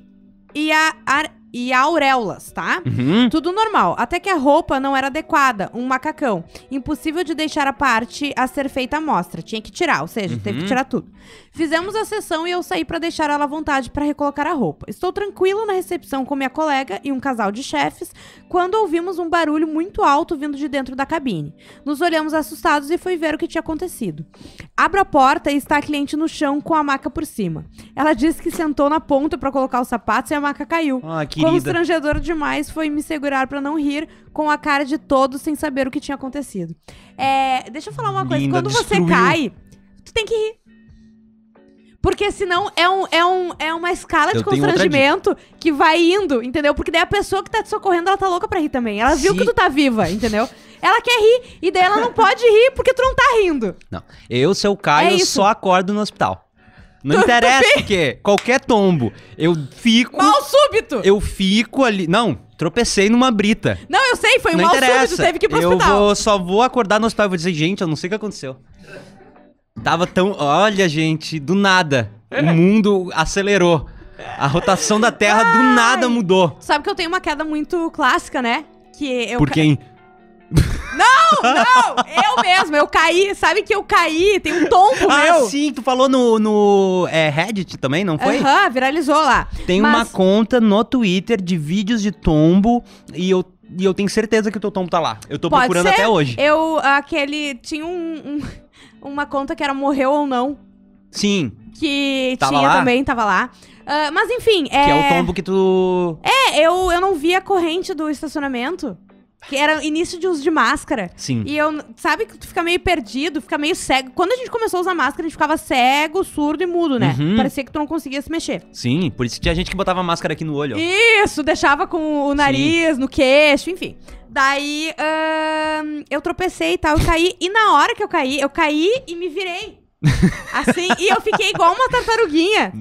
[SPEAKER 1] e a ar- e auréolas, tá?
[SPEAKER 2] Uhum.
[SPEAKER 1] Tudo normal, até que a roupa não era adequada, um macacão. Impossível de deixar a parte a ser feita à mostra, tinha que tirar, ou seja, teve que
[SPEAKER 2] Uhum.
[SPEAKER 1] tirar tudo. Fizemos a sessão e eu saí pra deixar ela à vontade pra recolocar a roupa. Estou tranquilo na recepção com minha colega e um casal de chefes quando ouvimos um barulho muito alto vindo de dentro da cabine. Nos olhamos assustados e fui ver o que tinha acontecido. Abro a porta e está a cliente no chão com a maca por cima. Ela disse que sentou na ponta pra colocar os sapatos e a maca caiu.
[SPEAKER 2] Ah, querida.
[SPEAKER 1] Constrangedor demais foi me segurar pra não rir com a cara de todos sem saber o que tinha acontecido. É, deixa eu falar uma coisa.
[SPEAKER 2] Linda,
[SPEAKER 1] Quando
[SPEAKER 2] destruiu.
[SPEAKER 1] você cai, tu tem que rir. Porque senão é, um, é, um, é uma escala de
[SPEAKER 2] Eu tenho outra
[SPEAKER 1] constrangimento que vai indo, entendeu? Porque daí a pessoa que tá te socorrendo, ela tá louca pra rir também. Ela viu
[SPEAKER 2] Se-
[SPEAKER 1] que tu tá viva, entendeu? Ela quer rir, e daí ela não pode rir porque tu não tá rindo.
[SPEAKER 2] Não. Eu, se eu caio,
[SPEAKER 1] É
[SPEAKER 2] eu
[SPEAKER 1] isso.
[SPEAKER 2] só acordo no hospital. Não interessa porque qualquer tombo. Eu fico.
[SPEAKER 1] Mal súbito!
[SPEAKER 2] Eu fico ali. Não, tropecei numa brita.
[SPEAKER 1] Não, eu sei, foi um
[SPEAKER 2] não
[SPEAKER 1] mal
[SPEAKER 2] interessa.
[SPEAKER 1] súbito, teve que ir pro
[SPEAKER 2] eu
[SPEAKER 1] hospital.
[SPEAKER 2] vou- só vou acordar no hospital e vou dizer, gente, eu não sei o que aconteceu. Tava tão. Olha, gente, do nada.
[SPEAKER 1] É.
[SPEAKER 2] O mundo acelerou. A rotação da Terra do nada mudou.
[SPEAKER 1] Tu sabe que eu tenho uma queda muito clássica, né? Que eu
[SPEAKER 2] Por
[SPEAKER 1] ca-
[SPEAKER 2] quem?
[SPEAKER 1] Não, eu mesma, eu caí, sabe que eu caí, tem um tombo
[SPEAKER 2] Ah,
[SPEAKER 1] meu.
[SPEAKER 2] sim, tu falou no, no é, Reddit também, não foi?
[SPEAKER 1] Aham, viralizou lá.
[SPEAKER 2] Tem uma
[SPEAKER 1] Mas
[SPEAKER 2] conta no Twitter de vídeos de tombo e eu, e eu tenho certeza que o teu tombo tá lá. Eu tô
[SPEAKER 1] Pode
[SPEAKER 2] procurando
[SPEAKER 1] ser?
[SPEAKER 2] até hoje.
[SPEAKER 1] eu, aquele, tinha um, um- uma conta que era morreu ou não,
[SPEAKER 2] Sim,
[SPEAKER 1] que
[SPEAKER 2] Tava
[SPEAKER 1] tinha
[SPEAKER 2] lá?
[SPEAKER 1] também, tava lá. Ah, mas enfim, é...
[SPEAKER 2] que é o tombo que tu.
[SPEAKER 1] É, eu, eu não vi a corrente do estacionamento, que era início de uso de máscara.
[SPEAKER 2] Sim.
[SPEAKER 1] E eu, sabe que tu fica meio perdido, fica meio cego. Quando a gente começou a usar máscara, a gente ficava cego, surdo e mudo, né?
[SPEAKER 2] Uhum.
[SPEAKER 1] Parecia que tu não conseguia se mexer.
[SPEAKER 2] Sim, por isso que tinha gente que botava máscara aqui no olho. ó.
[SPEAKER 1] Isso, deixava com o nariz, no queixo, enfim. Daí ahn, eu tropecei e tal, eu caí. E na hora que eu caí, eu caí e me
[SPEAKER 2] *laughs*
[SPEAKER 1] virei. Assim, e eu fiquei igual uma tartaruguinha.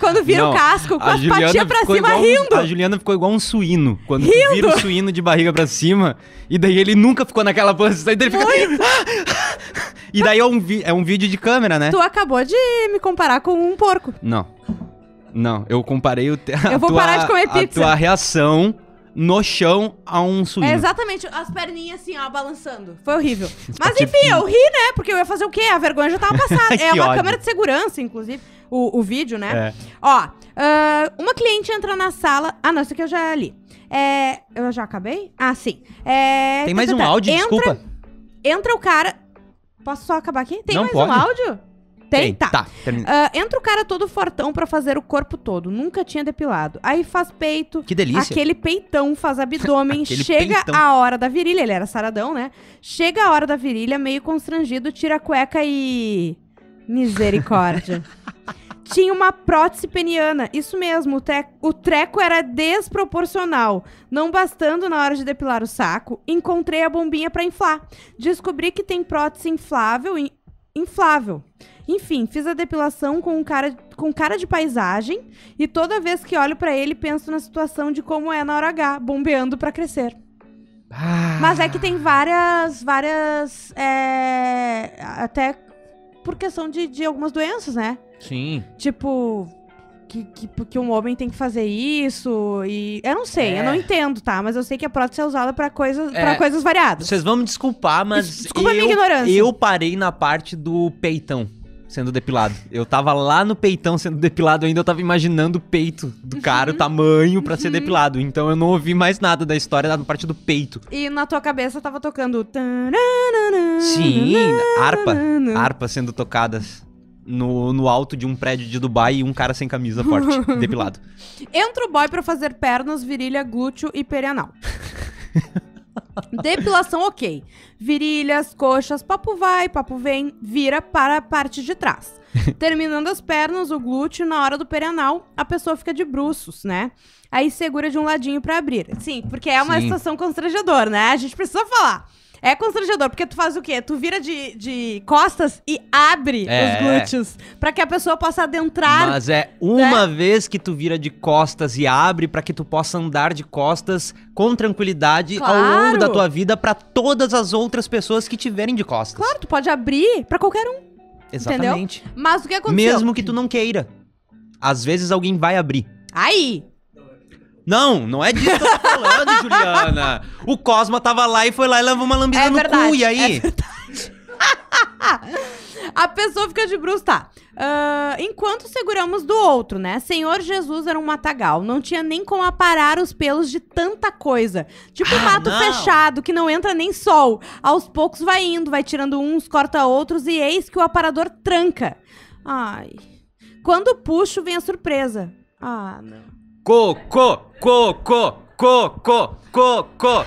[SPEAKER 1] Quando vira
[SPEAKER 2] Não,
[SPEAKER 1] o casco, com
[SPEAKER 2] A
[SPEAKER 1] as
[SPEAKER 2] Juliana
[SPEAKER 1] patinhas pra
[SPEAKER 2] ficou
[SPEAKER 1] cima
[SPEAKER 2] igual um-
[SPEAKER 1] rindo.
[SPEAKER 2] A Juliana ficou igual um suíno. Quando tu vira o suíno de barriga pra cima, e daí ele nunca ficou naquela posição, e daí ele fica. Ah, e daí é um, vi- é um vídeo de câmera, né?
[SPEAKER 1] Tu acabou de me comparar com um porco.
[SPEAKER 2] Não. Não, eu comparei o te... a
[SPEAKER 1] Eu vou
[SPEAKER 2] tua-
[SPEAKER 1] parar de comer pizza.
[SPEAKER 2] A tua reação no chão a um suíno.
[SPEAKER 1] É exatamente as perninhas assim, ó, balançando. Foi horrível. Mas
[SPEAKER 2] Tipo-
[SPEAKER 1] enfim, eu ri, né? Porque eu ia fazer o quê? A vergonha já
[SPEAKER 2] *laughs*
[SPEAKER 1] tava passada. é
[SPEAKER 2] Que
[SPEAKER 1] uma
[SPEAKER 2] ódio.
[SPEAKER 1] câmera de segurança, inclusive, o, o vídeo, né?
[SPEAKER 2] É.
[SPEAKER 1] Ó, ah, uma cliente entra na sala. Ah, não, isso aqui eu já li. É. Eu já acabei? Ah, sim. É,
[SPEAKER 2] Tem mais um áudio,
[SPEAKER 1] entra,
[SPEAKER 2] desculpa.
[SPEAKER 1] Entra o cara. Posso só acabar aqui? Tem
[SPEAKER 2] Não,
[SPEAKER 1] mais
[SPEAKER 2] pode.
[SPEAKER 1] um áudio? Tem? Tá.
[SPEAKER 2] Tá, termina.
[SPEAKER 1] Ah, entra o cara todo fortão pra fazer o corpo todo. Nunca tinha depilado. Aí faz peito,
[SPEAKER 2] Que delícia.
[SPEAKER 1] Aquele peitão faz abdômen,
[SPEAKER 2] *laughs* Aquele
[SPEAKER 1] chega
[SPEAKER 2] peitão.
[SPEAKER 1] a hora da virilha, ele era saradão, né? Chega a hora da virilha, meio constrangido, tira a cueca e. Misericórdia.
[SPEAKER 2] *laughs*
[SPEAKER 1] Tinha uma prótese peniana, isso mesmo, o, tre- o treco era desproporcional. Não bastando na hora de depilar o saco, encontrei a bombinha pra inflar. Descobri que tem prótese inflável e. Inflável. Enfim, fiz a depilação com um cara, com cara de paisagem e toda vez que olho pra ele, penso na situação de como é na hora H, bombeando pra crescer.
[SPEAKER 2] Ah.
[SPEAKER 1] Mas é que tem várias, várias, é, até por questão de, de algumas doenças, né?
[SPEAKER 2] Sim.
[SPEAKER 1] Tipo, que, que, que um homem tem que fazer isso e... Eu não sei,
[SPEAKER 2] É.
[SPEAKER 1] eu não entendo, tá? Mas eu sei que a prótese é usada pra coisas,
[SPEAKER 2] É.
[SPEAKER 1] pra coisas variadas.
[SPEAKER 2] Vocês vão me desculpar, mas.
[SPEAKER 1] Desculpa a minha
[SPEAKER 2] eu-
[SPEAKER 1] ignorância.
[SPEAKER 2] Eu parei na parte do peitão sendo depilado. Eu tava lá no peitão sendo depilado ainda, eu tava imaginando o peito do cara, o tamanho pra ser depilado. Então eu não ouvi mais nada da história da parte do peito.
[SPEAKER 1] E na tua cabeça tava tocando...
[SPEAKER 2] Sim, harpa.
[SPEAKER 1] Tananana.
[SPEAKER 2] Harpas sendo tocadas no, no alto de um prédio de Dubai e um cara sem camisa forte, depilado.
[SPEAKER 1] Entra o boy pra fazer pernas, virilha, glúteo e
[SPEAKER 2] *laughs*
[SPEAKER 1] perianal. Depilação ok. Virilhas, coxas, papo vai, papo vem, vira para a parte de
[SPEAKER 2] *laughs*
[SPEAKER 1] trás. Terminando as pernas, o glúteo, na hora do perianal, a pessoa fica de bruços, né? Aí segura de um ladinho pra abrir. Sim, porque é uma
[SPEAKER 2] Sim.
[SPEAKER 1] situação constrangedora, né? A gente precisa falar. É constrangedor, porque tu faz o quê? Tu vira de, de costas e abre
[SPEAKER 2] É.
[SPEAKER 1] os glúteos pra que a pessoa possa adentrar
[SPEAKER 2] Mas é uma vez que tu vira de costas e abre pra que tu possa andar de costas com tranquilidade ao longo
[SPEAKER 1] Claro.
[SPEAKER 2] da tua vida pra todas as outras pessoas que tiverem de costas.
[SPEAKER 1] Claro, tu pode abrir pra qualquer um.
[SPEAKER 2] Exatamente.
[SPEAKER 1] Mas o que aconteceu?
[SPEAKER 2] Mesmo que tu não queira. Às vezes alguém vai abrir.
[SPEAKER 1] Aí!
[SPEAKER 2] Não, não é disso que eu tô
[SPEAKER 1] *laughs*
[SPEAKER 2] falando, Juliana. O Cosma tava lá e foi lá e levou uma lambida
[SPEAKER 1] É
[SPEAKER 2] no cu,
[SPEAKER 1] verdade,
[SPEAKER 2] e aí? *laughs*
[SPEAKER 1] é A pessoa fica de bruços, tá. Ah, enquanto seguramos do outro, né? Senhor Jesus era um matagal. Não tinha nem como aparar os pelos de tanta coisa. Tipo um
[SPEAKER 2] Ah,
[SPEAKER 1] mato
[SPEAKER 2] não.
[SPEAKER 1] fechado, que não entra nem sol. Aos poucos vai indo, vai tirando uns, corta outros e eis que o aparador tranca. Ai. Quando puxo, vem a surpresa. Ah, não.
[SPEAKER 2] Cocô, cocô, cocô, cocô.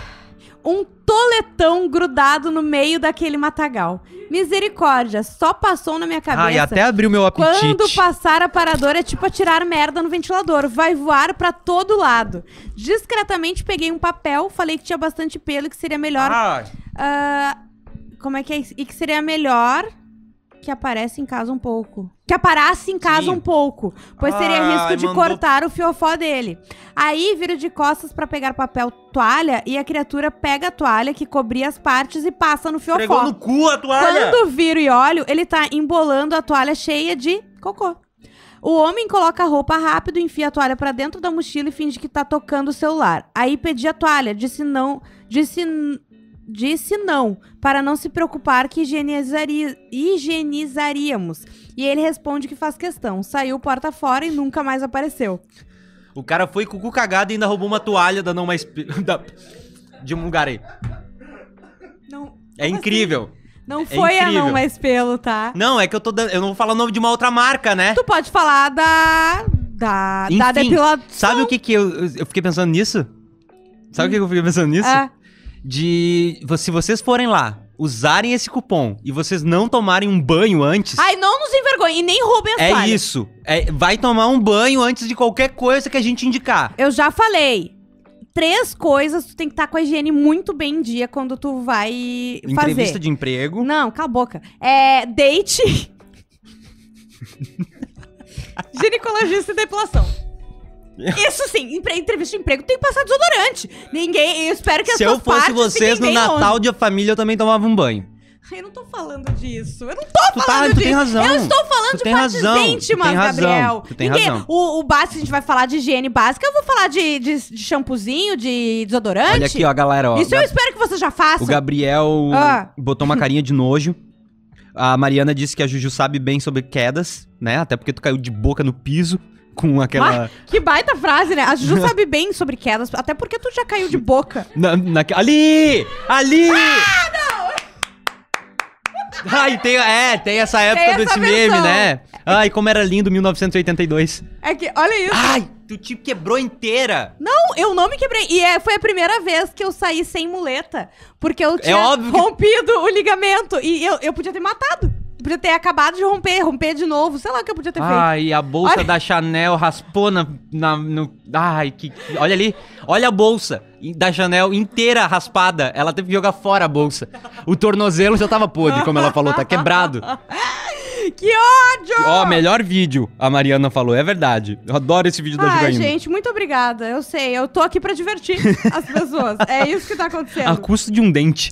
[SPEAKER 1] um toletão grudado no meio daquele matagal. Misericórdia, só passou na minha cabeça.
[SPEAKER 2] Ai, até abriu meu apetite.
[SPEAKER 1] Quando passar a paradora é tipo atirar merda no ventilador, vai voar pra todo lado. Discretamente peguei um papel, falei que tinha bastante pelo e que seria melhor.
[SPEAKER 2] Ai.
[SPEAKER 1] ah, como é que é? isso? E que seria melhor que aparece em casa um pouco. Que aparasse em casa
[SPEAKER 2] Sim.
[SPEAKER 1] um pouco, pois seria
[SPEAKER 2] Ai,
[SPEAKER 1] risco de
[SPEAKER 2] mandou-
[SPEAKER 1] cortar o fiofó dele. Aí viro de costas pra pegar papel toalha e a criatura pega a toalha que cobria as partes e passa no fiofó.
[SPEAKER 2] Pregou no cu a toalha.
[SPEAKER 1] Quando viro e olho, ele tá embolando a toalha cheia de cocô. O homem coloca a roupa rápido, enfia a toalha pra dentro da mochila e finge que tá tocando o celular. Aí pedi a toalha, disse não, disse n- disse não, para não se preocupar que higienizari- higienizaríamos. E ele responde que faz questão. Saiu porta fora e nunca mais apareceu.
[SPEAKER 2] O cara foi com o cu cagado e ainda roubou uma toalha da não mais... *laughs* da- De um lugar aí.
[SPEAKER 1] Não,
[SPEAKER 2] É incrível.
[SPEAKER 1] não foi a não
[SPEAKER 2] é incrível.
[SPEAKER 1] mais pelo, tá?
[SPEAKER 2] Não, é que eu tô dando... Eu não vou falar o nome de uma outra marca, né?
[SPEAKER 1] Tu pode falar da da da
[SPEAKER 2] Enfim,
[SPEAKER 1] depilação.
[SPEAKER 2] Sabe o que que eu, eu fiquei pensando nisso? Sabe o que que eu fiquei pensando nisso?
[SPEAKER 1] Ah.
[SPEAKER 2] De... Se vocês forem lá, usarem esse cupom e vocês não tomarem um banho antes...
[SPEAKER 1] Ai, não nos envergonhe, e nem roubem as
[SPEAKER 2] É
[SPEAKER 1] toalhas.
[SPEAKER 2] isso. É, vai tomar um banho antes de qualquer coisa que a gente indicar.
[SPEAKER 1] Eu já falei. Três coisas tu tem que estar com a higiene muito bem em dia quando tu vai fazer.
[SPEAKER 2] Entrevista de emprego.
[SPEAKER 1] Não, cala a boca. É date.
[SPEAKER 2] *laughs*
[SPEAKER 1] Ginecologista e
[SPEAKER 2] *laughs*
[SPEAKER 1] depilação. Isso sim, empre- entrevista de emprego tem que passar desodorante. Ninguém, eu espero que as
[SPEAKER 2] Se eu
[SPEAKER 1] tuas
[SPEAKER 2] fosse
[SPEAKER 1] partes
[SPEAKER 2] vocês
[SPEAKER 1] fiquem
[SPEAKER 2] no
[SPEAKER 1] bem
[SPEAKER 2] Natal
[SPEAKER 1] longe.
[SPEAKER 2] de família, eu também tomava um banho.
[SPEAKER 1] Ai, Eu não tô falando disso. Eu não tô
[SPEAKER 2] Tu, tá,
[SPEAKER 1] falando
[SPEAKER 2] tu
[SPEAKER 1] disso.
[SPEAKER 2] tem razão.
[SPEAKER 1] Eu estou falando
[SPEAKER 2] Tu
[SPEAKER 1] de
[SPEAKER 2] tem
[SPEAKER 1] partes
[SPEAKER 2] razão, tu
[SPEAKER 1] íntimas,
[SPEAKER 2] tem razão,
[SPEAKER 1] Gabriel.
[SPEAKER 2] tu tem razão.
[SPEAKER 1] O, o básico, a gente vai falar de higiene básica, eu vou falar de, de, de shampoozinho, de desodorante.
[SPEAKER 2] Olha aqui, ó, galera. Ó,
[SPEAKER 1] Isso eu
[SPEAKER 2] Gab-
[SPEAKER 1] espero que você já faça.
[SPEAKER 2] O Gabriel
[SPEAKER 1] Ah.
[SPEAKER 2] botou uma carinha de nojo. A Mariana disse que a Juju sabe bem sobre quedas, né? Até porque tu caiu de boca no piso com aquela.
[SPEAKER 1] Que baita frase, né? A
[SPEAKER 2] *laughs*
[SPEAKER 1] Juju sabe bem sobre quedas, até porque tu já caiu de boca.
[SPEAKER 2] Na, naque- ali! Ali! Ah, não! Ai, tem, é, tem essa época
[SPEAKER 1] essa
[SPEAKER 2] desse meme,
[SPEAKER 1] versão.
[SPEAKER 2] né? Ai, como era lindo 1982.
[SPEAKER 1] É que, olha isso.
[SPEAKER 2] Ai, tu te quebrou inteira.
[SPEAKER 1] Não, eu não me quebrei. E é, foi a primeira vez que eu saí sem muleta, porque eu tinha
[SPEAKER 2] É óbvio que-
[SPEAKER 1] rompido o ligamento. E eu, eu podia ter matado. Podia ter acabado de romper, romper de novo. Sei lá o que eu podia ter feito.
[SPEAKER 2] Ai, a bolsa
[SPEAKER 1] Olha-
[SPEAKER 2] da Chanel raspou na, na- no, ai, que olha ali, olha a bolsa da Chanel inteira raspada. Ela teve que jogar fora a bolsa. O tornozelo já tava podre, como ela falou, tá quebrado.
[SPEAKER 1] Que ódio!
[SPEAKER 2] Ó, melhor vídeo, a Mariana falou, é verdade. Eu adoro esse vídeo da
[SPEAKER 1] Ah,
[SPEAKER 2] Jugaína.
[SPEAKER 1] gente, muito obrigada. Eu sei, eu tô aqui pra divertir as pessoas. É isso que tá acontecendo.
[SPEAKER 2] A custo de um dente.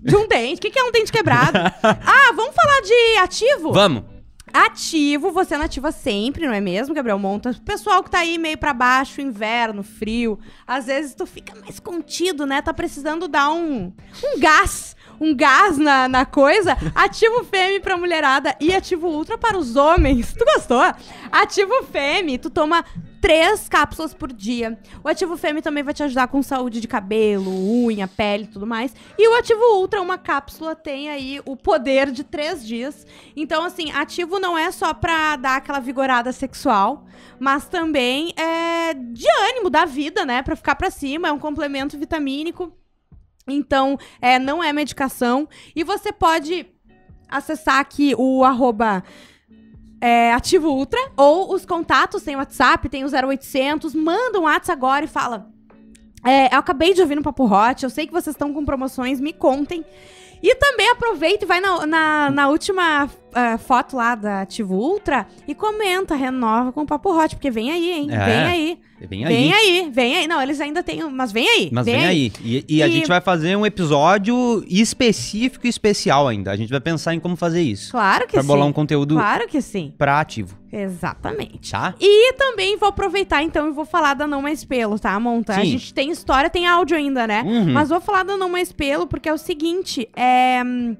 [SPEAKER 1] De um dente. O que, que é um dente quebrado? ah, vamos falar de ativo?
[SPEAKER 2] Vamos.
[SPEAKER 1] Ativo, você não ativa sempre, não é mesmo, Gabriel Monta? Pessoal que tá aí meio pra baixo, inverno, frio, às vezes tu fica mais contido, né? Tá precisando dar um, um gás, um gás na, na coisa. Ativo *laughs* Femme pra mulherada e ativo Ultra para os homens. Tu gostou? Ativo Femme, tu toma três cápsulas por dia. O Ativo Femme também vai te ajudar com saúde de cabelo, unha, pele e tudo mais. E o Ativo Ultra, uma cápsula, tem aí o poder de três dias. Então, assim, ativo não é só pra dar aquela vigorada sexual, mas também é de ânimo da vida, né? Pra ficar pra cima, é um complemento vitamínico. Então, é, não é medicação. E você pode acessar aqui o arroba é, Ativo Ultra ou os contatos, tem o WhatsApp, tem o 0800, manda um WhatsApp agora e fala é, eu acabei de ouvir no Papo Hot, eu sei que vocês estão com promoções, me contem. E também aproveita e vai na, na, na última ah, foto lá da Ativo Ultra e comenta, renova com o Papo Hot, porque vem aí, hein?
[SPEAKER 2] É.
[SPEAKER 1] Vem aí.
[SPEAKER 2] Vem aí.
[SPEAKER 1] Vem aí, vem aí. Não, eles ainda têm. um, Mas vem aí.
[SPEAKER 2] Mas vem, aí. E, e a
[SPEAKER 1] E-
[SPEAKER 2] gente vai fazer um episódio específico e especial ainda. A gente vai pensar em como fazer isso.
[SPEAKER 1] Claro que
[SPEAKER 2] Pra
[SPEAKER 1] sim.
[SPEAKER 2] bolar um conteúdo
[SPEAKER 1] Claro que sim.
[SPEAKER 2] pra ativo,
[SPEAKER 1] Exatamente.
[SPEAKER 2] tá?
[SPEAKER 1] E também vou aproveitar, então, e vou falar da Não Mais Pelo, tá, Monta? A
[SPEAKER 2] Sim.
[SPEAKER 1] gente tem história, tem áudio ainda, né?
[SPEAKER 2] Uhum.
[SPEAKER 1] Mas vou falar da Não Mais Pelo, porque é o seguinte, é... hum,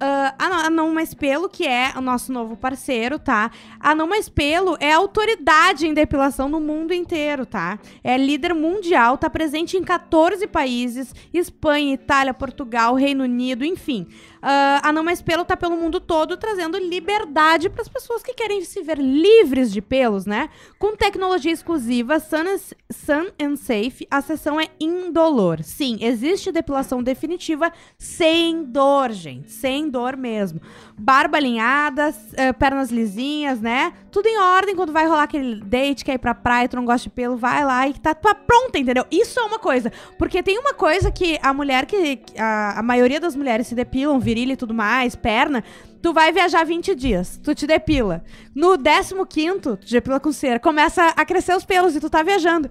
[SPEAKER 1] ah, a Não- a Não Mais Pelo, que é o nosso novo parceiro, tá? A Não Mais Pelo é autoridade em depilação no mundo inteiro, tá? É líder mundial, tá presente em 14 países, Espanha, Itália, Portugal, Reino Unido, enfim. Ah, a Não Mais Pelo tá pelo mundo todo trazendo liberdade para as pessoas que querem se ver livres de pelos, né? Com tecnologia exclusiva, Sun, and- Sun and Safe, a sessão é indolor. Sim, existe depilação definitiva sem dor, gente. Sem dor mesmo. Barba alinhada, s- eh, pernas lisinhas, né? Tudo em ordem quando vai rolar aquele date, quer ir pra praia, tu não gosta de pelo, vai lá e tá, tá pronta, entendeu? Isso é uma coisa. Porque tem uma coisa que a mulher que. que A, a maioria das mulheres se depilam, virilha e tudo mais, perna. Tu vai viajar 20 dias, tu te depila. No 15, tu te depila com cera. Começa a crescer os pelos e tu tá viajando.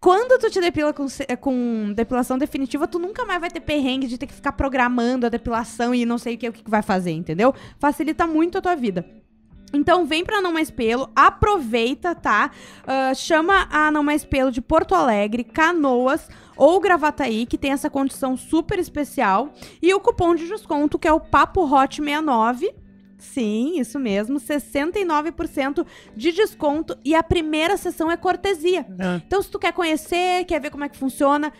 [SPEAKER 1] Quando tu te depila com, ce- com depilação definitiva, tu nunca mais vai ter perrengue de ter que ficar programando a depilação e não sei o que, o que que vai fazer, entendeu? Facilita muito a tua vida. Então vem pra Não Mais Pelo, aproveita, tá? Ah, chama a Não Mais Pelo de Porto Alegre, Canoas ou Gravataí, que tem essa condição super especial. E o cupom de desconto, que é o Papo Hot 69. Sim, isso mesmo, 69% de desconto e a primeira sessão é cortesia. Então, se tu quer conhecer, quer ver como é que funciona,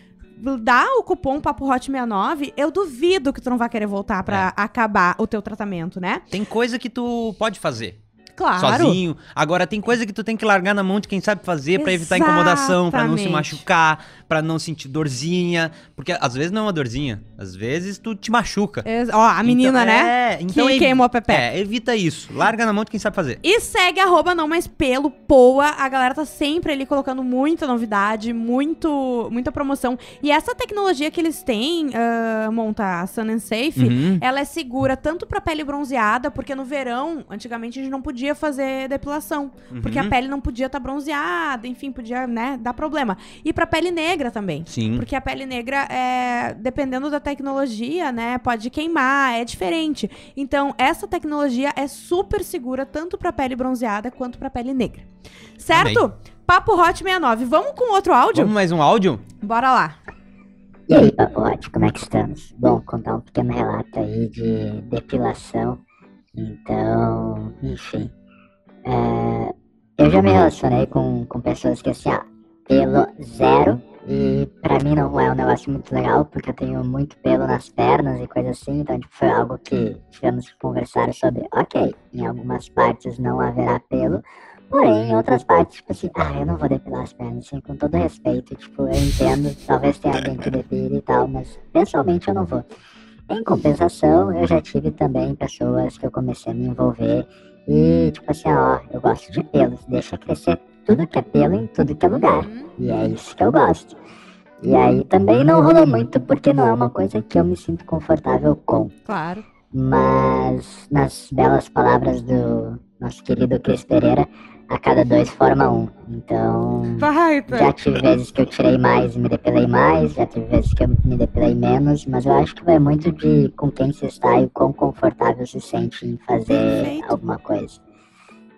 [SPEAKER 1] dá o cupom Papo Hot 69, eu duvido que tu não vai querer voltar pra
[SPEAKER 2] É.
[SPEAKER 1] acabar o teu tratamento, né?
[SPEAKER 2] Tem coisa que tu pode fazer
[SPEAKER 1] Claro.
[SPEAKER 2] sozinho. Agora tem coisa que tu tem que largar na mão de quem sabe fazer pra evitar incomodação, pra não se
[SPEAKER 1] Exatamente.
[SPEAKER 2] machucar, pra não sentir dorzinha, porque às vezes não é uma dorzinha, às vezes tu te machuca.
[SPEAKER 1] Ex- Ó, É a menina,
[SPEAKER 2] Então-
[SPEAKER 1] né?
[SPEAKER 2] É, então
[SPEAKER 1] que
[SPEAKER 2] evi-
[SPEAKER 1] queimou a Pepe.
[SPEAKER 2] É, evita isso. Larga na mão de quem sabe fazer.
[SPEAKER 1] E segue arroba não mais pelo Poa. A galera tá sempre ali colocando muita novidade, muito, muita promoção. E essa tecnologia que eles têm, ah, monta a Sun and Safe,
[SPEAKER 2] Uhum.
[SPEAKER 1] ela é segura tanto pra pele bronzeada, porque no verão, antigamente a gente não podia fazer depilação, porque a
[SPEAKER 2] Uhum.
[SPEAKER 1] pele não podia estar bronzeada, enfim, podia, né, dar problema. E pra pele negra também.
[SPEAKER 2] Sim.
[SPEAKER 1] Porque a pele negra, é, dependendo da tecnologia, né, pode queimar, é diferente. Então, essa tecnologia é super segura, tanto pra pele bronzeada quanto pra pele negra. Certo? Papo Hot 69. Vamos com outro áudio?
[SPEAKER 2] Vamos mais um áudio?
[SPEAKER 1] Bora lá.
[SPEAKER 4] E aí, Papo Hot, como é que estamos? Bom, contar um pequeno relato aí de depilação. Então, enfim. É, eu já me relacionei com, com pessoas que, assim, ó, pelo zero. E pra mim não é um negócio muito legal, porque eu tenho muito pelo nas pernas e coisa assim. Então, tipo, foi algo que tivemos que conversar sobre. Ok, em algumas partes não haverá pelo. Porém, em outras partes, tipo assim, ah, eu não vou depilar as pernas, assim, com todo respeito, tipo, eu entendo, talvez tenha alguém que depile e tal, mas pessoalmente eu não vou. Em compensação, eu já tive também pessoas que eu comecei a me envolver e, tipo assim, ó, eu gosto de pelos, deixa crescer tudo que é pelo em tudo que é lugar.
[SPEAKER 1] Hum,
[SPEAKER 4] E é isso que eu gosto. E aí também não rolou muito porque não é uma coisa que eu me sinto confortável com.
[SPEAKER 1] Claro.
[SPEAKER 4] Mas, nas belas palavras do nosso querido Cris Pereira, a cada dois forma um. Então,
[SPEAKER 1] Vai,
[SPEAKER 4] já tive vezes que eu tirei mais e me depilei mais, já tive vezes que eu me depilei menos, mas eu acho que vai muito de com quem se está e o quão confortável se sente em fazer
[SPEAKER 1] Perfeito.
[SPEAKER 4] alguma coisa.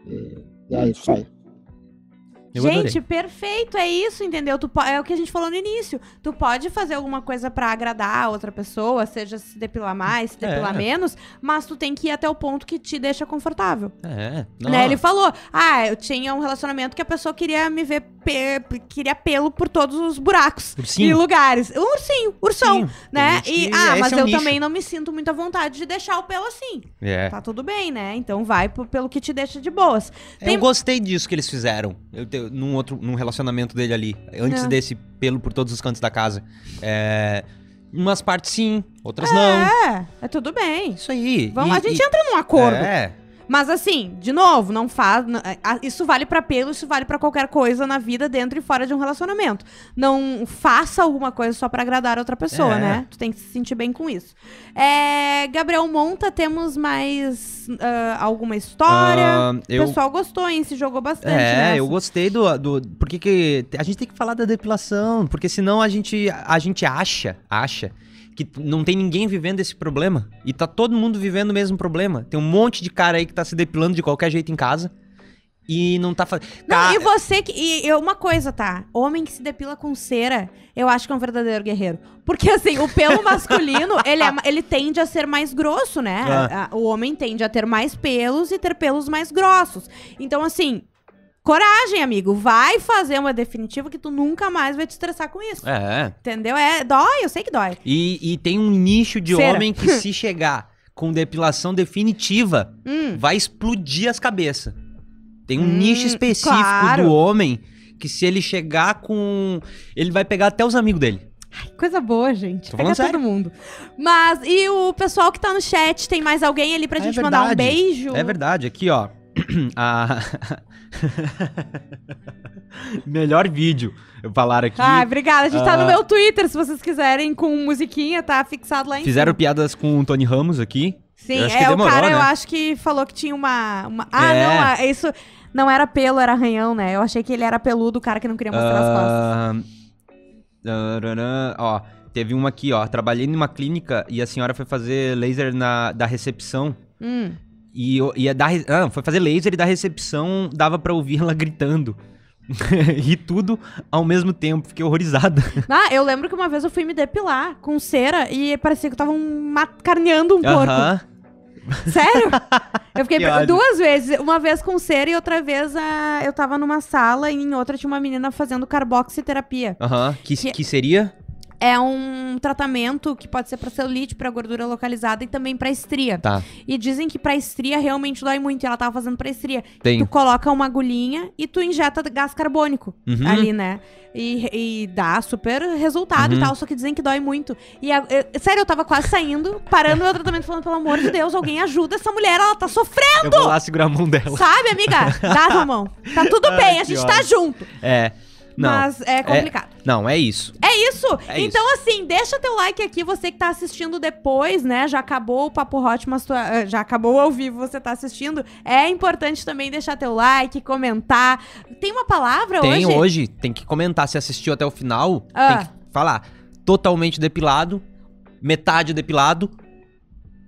[SPEAKER 4] E, e é isso aí.
[SPEAKER 2] Eu
[SPEAKER 1] gente, perfeito, é isso, entendeu? Tu po- é o que a gente falou no início. Tu pode fazer alguma coisa pra agradar a outra pessoa, seja se depilar mais, se depilar
[SPEAKER 2] É.
[SPEAKER 1] menos, mas tu tem que ir até o ponto que te deixa confortável.
[SPEAKER 2] É.
[SPEAKER 1] Né? Ele falou: Ah, eu tinha um relacionamento que a pessoa queria me ver, pe- queria pelo por todos os buracos
[SPEAKER 2] Ursinho.
[SPEAKER 1] e lugares. Um ursinho, ursão, né? E, ah,
[SPEAKER 2] um
[SPEAKER 1] mas eu também não me sinto muita vontade de deixar o pelo assim.
[SPEAKER 2] É.
[SPEAKER 1] Tá tudo bem, né? Então vai p- pelo que te deixa de boas. Tem-
[SPEAKER 2] Eu gostei disso que eles fizeram. Eu te- num outro, num relacionamento dele ali, antes
[SPEAKER 1] É.
[SPEAKER 2] desse pelo por todos os cantos da casa. É, umas partes sim, outras não.
[SPEAKER 1] É, é tudo bem.
[SPEAKER 2] Isso aí.
[SPEAKER 1] Vamos,
[SPEAKER 2] E-
[SPEAKER 1] a gente
[SPEAKER 2] e-
[SPEAKER 1] entra num acordo.
[SPEAKER 2] É.
[SPEAKER 1] Mas assim, de novo, não faz. n- é, a- Isso vale pra pelo, isso vale pra qualquer coisa na vida, dentro e fora de um relacionamento. Não faça alguma coisa só pra agradar outra pessoa,
[SPEAKER 2] É.
[SPEAKER 1] né? Tu tem que se sentir bem com isso. É, Gabriel Monta, temos mais ah, alguma história?
[SPEAKER 2] Ah,
[SPEAKER 1] O
[SPEAKER 2] eu,
[SPEAKER 1] pessoal gostou, hein? Se jogou bastante.
[SPEAKER 2] é,
[SPEAKER 1] nessa.
[SPEAKER 2] eu gostei do. do porque que. A gente tem que falar da depilação, porque senão a gente, a gente acha, acha. Que não tem ninguém vivendo esse problema. E tá todo mundo vivendo o mesmo problema. Tem um monte de cara aí que tá se depilando de qualquer jeito em casa. E não tá fazendo.
[SPEAKER 1] Não, e você que. E e uma coisa, tá? Homem que se depila com cera, eu acho que é um verdadeiro guerreiro. Porque, assim, o
[SPEAKER 2] *laughs*
[SPEAKER 1] pelo masculino, ele, é ma- ele tende a ser mais grosso, né?
[SPEAKER 2] Ah.
[SPEAKER 1] A- a- O homem tende a ter mais pelos e ter pelos mais grossos. Então, assim, coragem, amigo. Vai fazer uma definitiva que tu nunca mais vai te estressar com isso.
[SPEAKER 2] É.
[SPEAKER 1] Entendeu? É, dói, eu sei que dói.
[SPEAKER 2] E, e tem um nicho de
[SPEAKER 1] Cera. *laughs*
[SPEAKER 2] homem que se chegar com depilação definitiva,
[SPEAKER 1] Hum.
[SPEAKER 2] vai explodir as cabeças. Tem um
[SPEAKER 1] Hum,
[SPEAKER 2] nicho específico
[SPEAKER 1] claro.
[SPEAKER 2] do homem que se ele chegar com... Ele vai pegar até os amigos dele.
[SPEAKER 1] Coisa boa, gente.
[SPEAKER 2] Tô
[SPEAKER 1] Pega
[SPEAKER 2] falando
[SPEAKER 1] todo
[SPEAKER 2] sério.
[SPEAKER 1] mundo. Mas, e o pessoal que tá no chat, tem mais alguém ali pra
[SPEAKER 2] É
[SPEAKER 1] gente mandar um
[SPEAKER 2] verdade.
[SPEAKER 1] beijo?
[SPEAKER 2] É verdade, aqui ó. *clears throat* A... *laughs* Melhor vídeo. Eu falar aqui.
[SPEAKER 1] Ah, obrigada. A gente tá no
[SPEAKER 2] ah,
[SPEAKER 1] meu Twitter, se vocês quiserem, com musiquinha, tá fixado lá em
[SPEAKER 2] Fizeram
[SPEAKER 1] cima.
[SPEAKER 2] piadas com o Tony Ramos aqui.
[SPEAKER 1] Sim,
[SPEAKER 2] eu acho que
[SPEAKER 1] é, o
[SPEAKER 2] demorou,
[SPEAKER 1] cara, eu
[SPEAKER 2] né?
[SPEAKER 1] acho que falou que tinha uma... uma- Ah,
[SPEAKER 2] É.
[SPEAKER 1] não, ah, isso não era pelo, era arranhão, né? Eu achei que ele era peludo, o cara que não queria mostrar as costas.
[SPEAKER 2] Ah, tararã, Ó, teve uma aqui, ó. Trabalhei numa clínica e a senhora foi fazer laser na, da recepção.
[SPEAKER 1] Hum. *laughs*
[SPEAKER 2] E, eu- e da, re- ah, foi fazer laser e da recepção dava pra ouvir ela gritando. *laughs* e tudo ao mesmo tempo. Fiquei horrorizada.
[SPEAKER 1] Ah, eu lembro que uma vez eu fui me depilar com cera e parecia que eu tava um- ma- carneando um porco.
[SPEAKER 2] Aham. *laughs*
[SPEAKER 1] Sério? Eu fiquei
[SPEAKER 2] Que
[SPEAKER 1] pre-
[SPEAKER 2] ódio.
[SPEAKER 1] duas vezes. Uma vez com cera e outra vez ah, eu tava numa sala e em outra tinha uma menina fazendo carboxiterapia.
[SPEAKER 2] Aham. Que,
[SPEAKER 1] Que-
[SPEAKER 2] que seria?
[SPEAKER 1] é um tratamento que pode ser pra celulite, pra gordura localizada e também pra estria.
[SPEAKER 2] Tá,
[SPEAKER 1] E dizem que pra estria realmente dói muito. E ela tava fazendo pra estria.
[SPEAKER 2] tem.
[SPEAKER 1] Tu coloca uma agulhinha e tu injeta gás carbônico
[SPEAKER 2] Uhum.
[SPEAKER 1] ali, né? E, e dá super resultado e
[SPEAKER 2] Uhum.
[SPEAKER 1] tal, só que dizem que dói muito. E a- eu- sério, eu tava quase saindo, parando meu tratamento, falando, pelo amor de Deus, alguém ajuda essa mulher, ela tá sofrendo,
[SPEAKER 2] Eu vou lá segurar a mão dela.
[SPEAKER 1] sabe, amiga? Dá tua mão. Tá tudo
[SPEAKER 2] *laughs* Ai,
[SPEAKER 1] bem, a
[SPEAKER 2] que
[SPEAKER 1] gente
[SPEAKER 2] ódio.
[SPEAKER 1] tá junto.
[SPEAKER 2] É. Não,
[SPEAKER 1] Mas é complicado.
[SPEAKER 2] não, é isso.
[SPEAKER 1] É isso!
[SPEAKER 2] É
[SPEAKER 1] então, assim, deixa teu like aqui, você que tá assistindo depois, né? Já acabou o Papo Hot, mas tu- eh, já acabou ao vivo, você tá assistindo. É importante também deixar teu like, comentar. Tem uma palavra
[SPEAKER 2] tem
[SPEAKER 1] hoje?
[SPEAKER 2] hoje? tem que comentar se assistiu até o final,
[SPEAKER 1] Ah.
[SPEAKER 2] tem que falar totalmente depilado, metade depilado,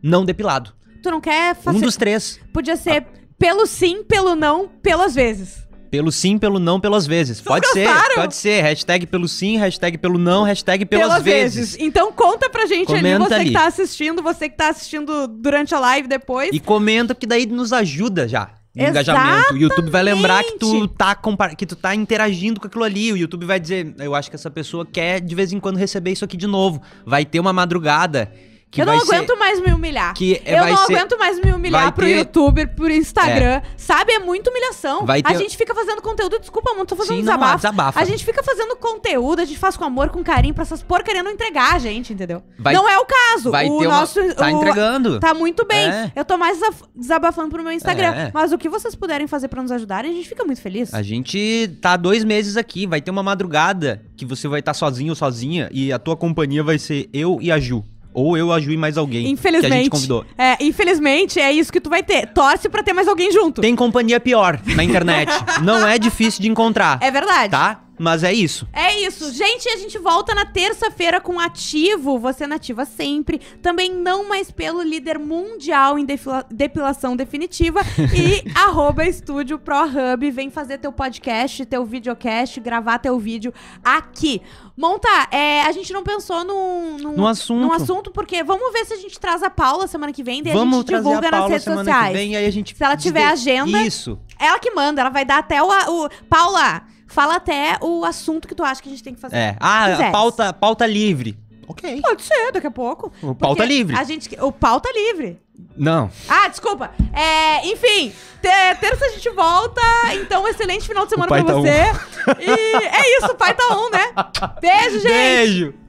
[SPEAKER 2] não depilado.
[SPEAKER 1] Tu não quer fazer.
[SPEAKER 2] Um dos três.
[SPEAKER 1] Podia ser pelo sim, pelo não, pelas vezes.
[SPEAKER 2] Pelo sim, pelo não, pelas vezes. pode
[SPEAKER 1] gostaram?
[SPEAKER 2] ser, pode ser. Hashtag pelo sim, hashtag pelo não, hashtag pelas, vezes.
[SPEAKER 1] Então conta pra gente ali,
[SPEAKER 2] Comenta
[SPEAKER 1] você que
[SPEAKER 2] ali.
[SPEAKER 1] tá assistindo, você que tá assistindo durante a live depois.
[SPEAKER 2] E comenta, porque daí nos ajuda já. No
[SPEAKER 1] Exatamente.
[SPEAKER 2] engajamento. O YouTube vai lembrar que tu, tá compa- que tu tá interagindo com aquilo ali. O YouTube vai dizer, eu acho que essa pessoa quer de vez em quando receber isso aqui de novo. Vai ter uma madrugada que
[SPEAKER 1] eu não
[SPEAKER 2] vai ser-
[SPEAKER 1] aguento mais me humilhar.
[SPEAKER 2] que é,
[SPEAKER 1] Eu
[SPEAKER 2] vai
[SPEAKER 1] não
[SPEAKER 2] ser-
[SPEAKER 1] aguento mais me humilhar
[SPEAKER 2] vai
[SPEAKER 1] pro
[SPEAKER 2] ter-
[SPEAKER 1] youtuber, pro Instagram. Sabe? É muita humilhação.
[SPEAKER 2] Vai
[SPEAKER 1] A
[SPEAKER 2] ter-
[SPEAKER 1] gente fica fazendo conteúdo, desculpa, mano, tô fazendo
[SPEAKER 2] Sim,
[SPEAKER 1] um
[SPEAKER 2] não, ah,
[SPEAKER 1] desabafo.
[SPEAKER 2] desabafa.
[SPEAKER 1] A gente fica fazendo conteúdo, a gente faz com amor, com carinho, pra essas porcaria não entregar a gente, entendeu?
[SPEAKER 2] Vai-
[SPEAKER 1] não é o caso.
[SPEAKER 2] vai
[SPEAKER 1] o
[SPEAKER 2] ter uma-
[SPEAKER 1] nosso.
[SPEAKER 2] Tá
[SPEAKER 1] o-
[SPEAKER 2] entregando.
[SPEAKER 1] Tá muito bem.
[SPEAKER 2] É.
[SPEAKER 1] Eu tô mais desaf- desabafando pro meu Instagram.
[SPEAKER 2] É.
[SPEAKER 1] Mas o que vocês puderem fazer pra nos ajudarem, a gente fica muito feliz.
[SPEAKER 2] A gente tá há dois meses aqui, vai ter uma madrugada que você vai estar sozinho ou sozinha e a tua companhia vai ser eu e a Ju. Ou eu, a Ju e mais alguém. Que a
[SPEAKER 1] Infelizmente.
[SPEAKER 2] gente convidou.
[SPEAKER 1] É, infelizmente, é isso que tu vai ter. Torce pra ter mais alguém junto.
[SPEAKER 2] Tem companhia pior
[SPEAKER 1] *laughs*
[SPEAKER 2] na internet. Não é difícil de encontrar,
[SPEAKER 1] É verdade.
[SPEAKER 2] tá? Mas é isso.
[SPEAKER 1] É isso, gente. A gente volta na terça-feira com Ativo. Você na Ativa sempre. Também não mais pelo líder mundial em defila- depilação definitiva.
[SPEAKER 2] *laughs*
[SPEAKER 1] E arroba estúdio ProHub. Vem fazer teu podcast, teu videocast, gravar teu vídeo aqui. Monta, é, a gente não pensou num, num,
[SPEAKER 2] No assunto.
[SPEAKER 1] num assunto, porque vamos ver se a gente traz a Paula semana que vem. Daí a
[SPEAKER 2] Vamos
[SPEAKER 1] gente
[SPEAKER 2] trazer
[SPEAKER 1] divulga
[SPEAKER 2] a Paula
[SPEAKER 1] nas redes
[SPEAKER 2] semana
[SPEAKER 1] sociais.
[SPEAKER 2] que vem, aí a gente
[SPEAKER 1] Se ela tiver
[SPEAKER 2] desde-
[SPEAKER 1] agenda-
[SPEAKER 2] Isso.
[SPEAKER 1] Ela que manda, ela vai dar até o, o. Paula, fala até o assunto que tu acha que a gente tem que fazer.
[SPEAKER 2] É. Ah,
[SPEAKER 1] Quiseres.
[SPEAKER 2] a pauta, pauta livre. Ok.
[SPEAKER 1] Pode ser, daqui a pouco.
[SPEAKER 2] O pauta
[SPEAKER 1] *laughs* Porque
[SPEAKER 2] livre.
[SPEAKER 1] A gente, o pau tá livre.
[SPEAKER 2] Não.
[SPEAKER 1] Ah, desculpa. É, enfim, te- terça a gente volta. Então, excelente final de semana pra
[SPEAKER 2] pai tá *laughs*
[SPEAKER 1] você. E é isso, o pai tá on, um, né? Beijo, gente.
[SPEAKER 2] Beijo.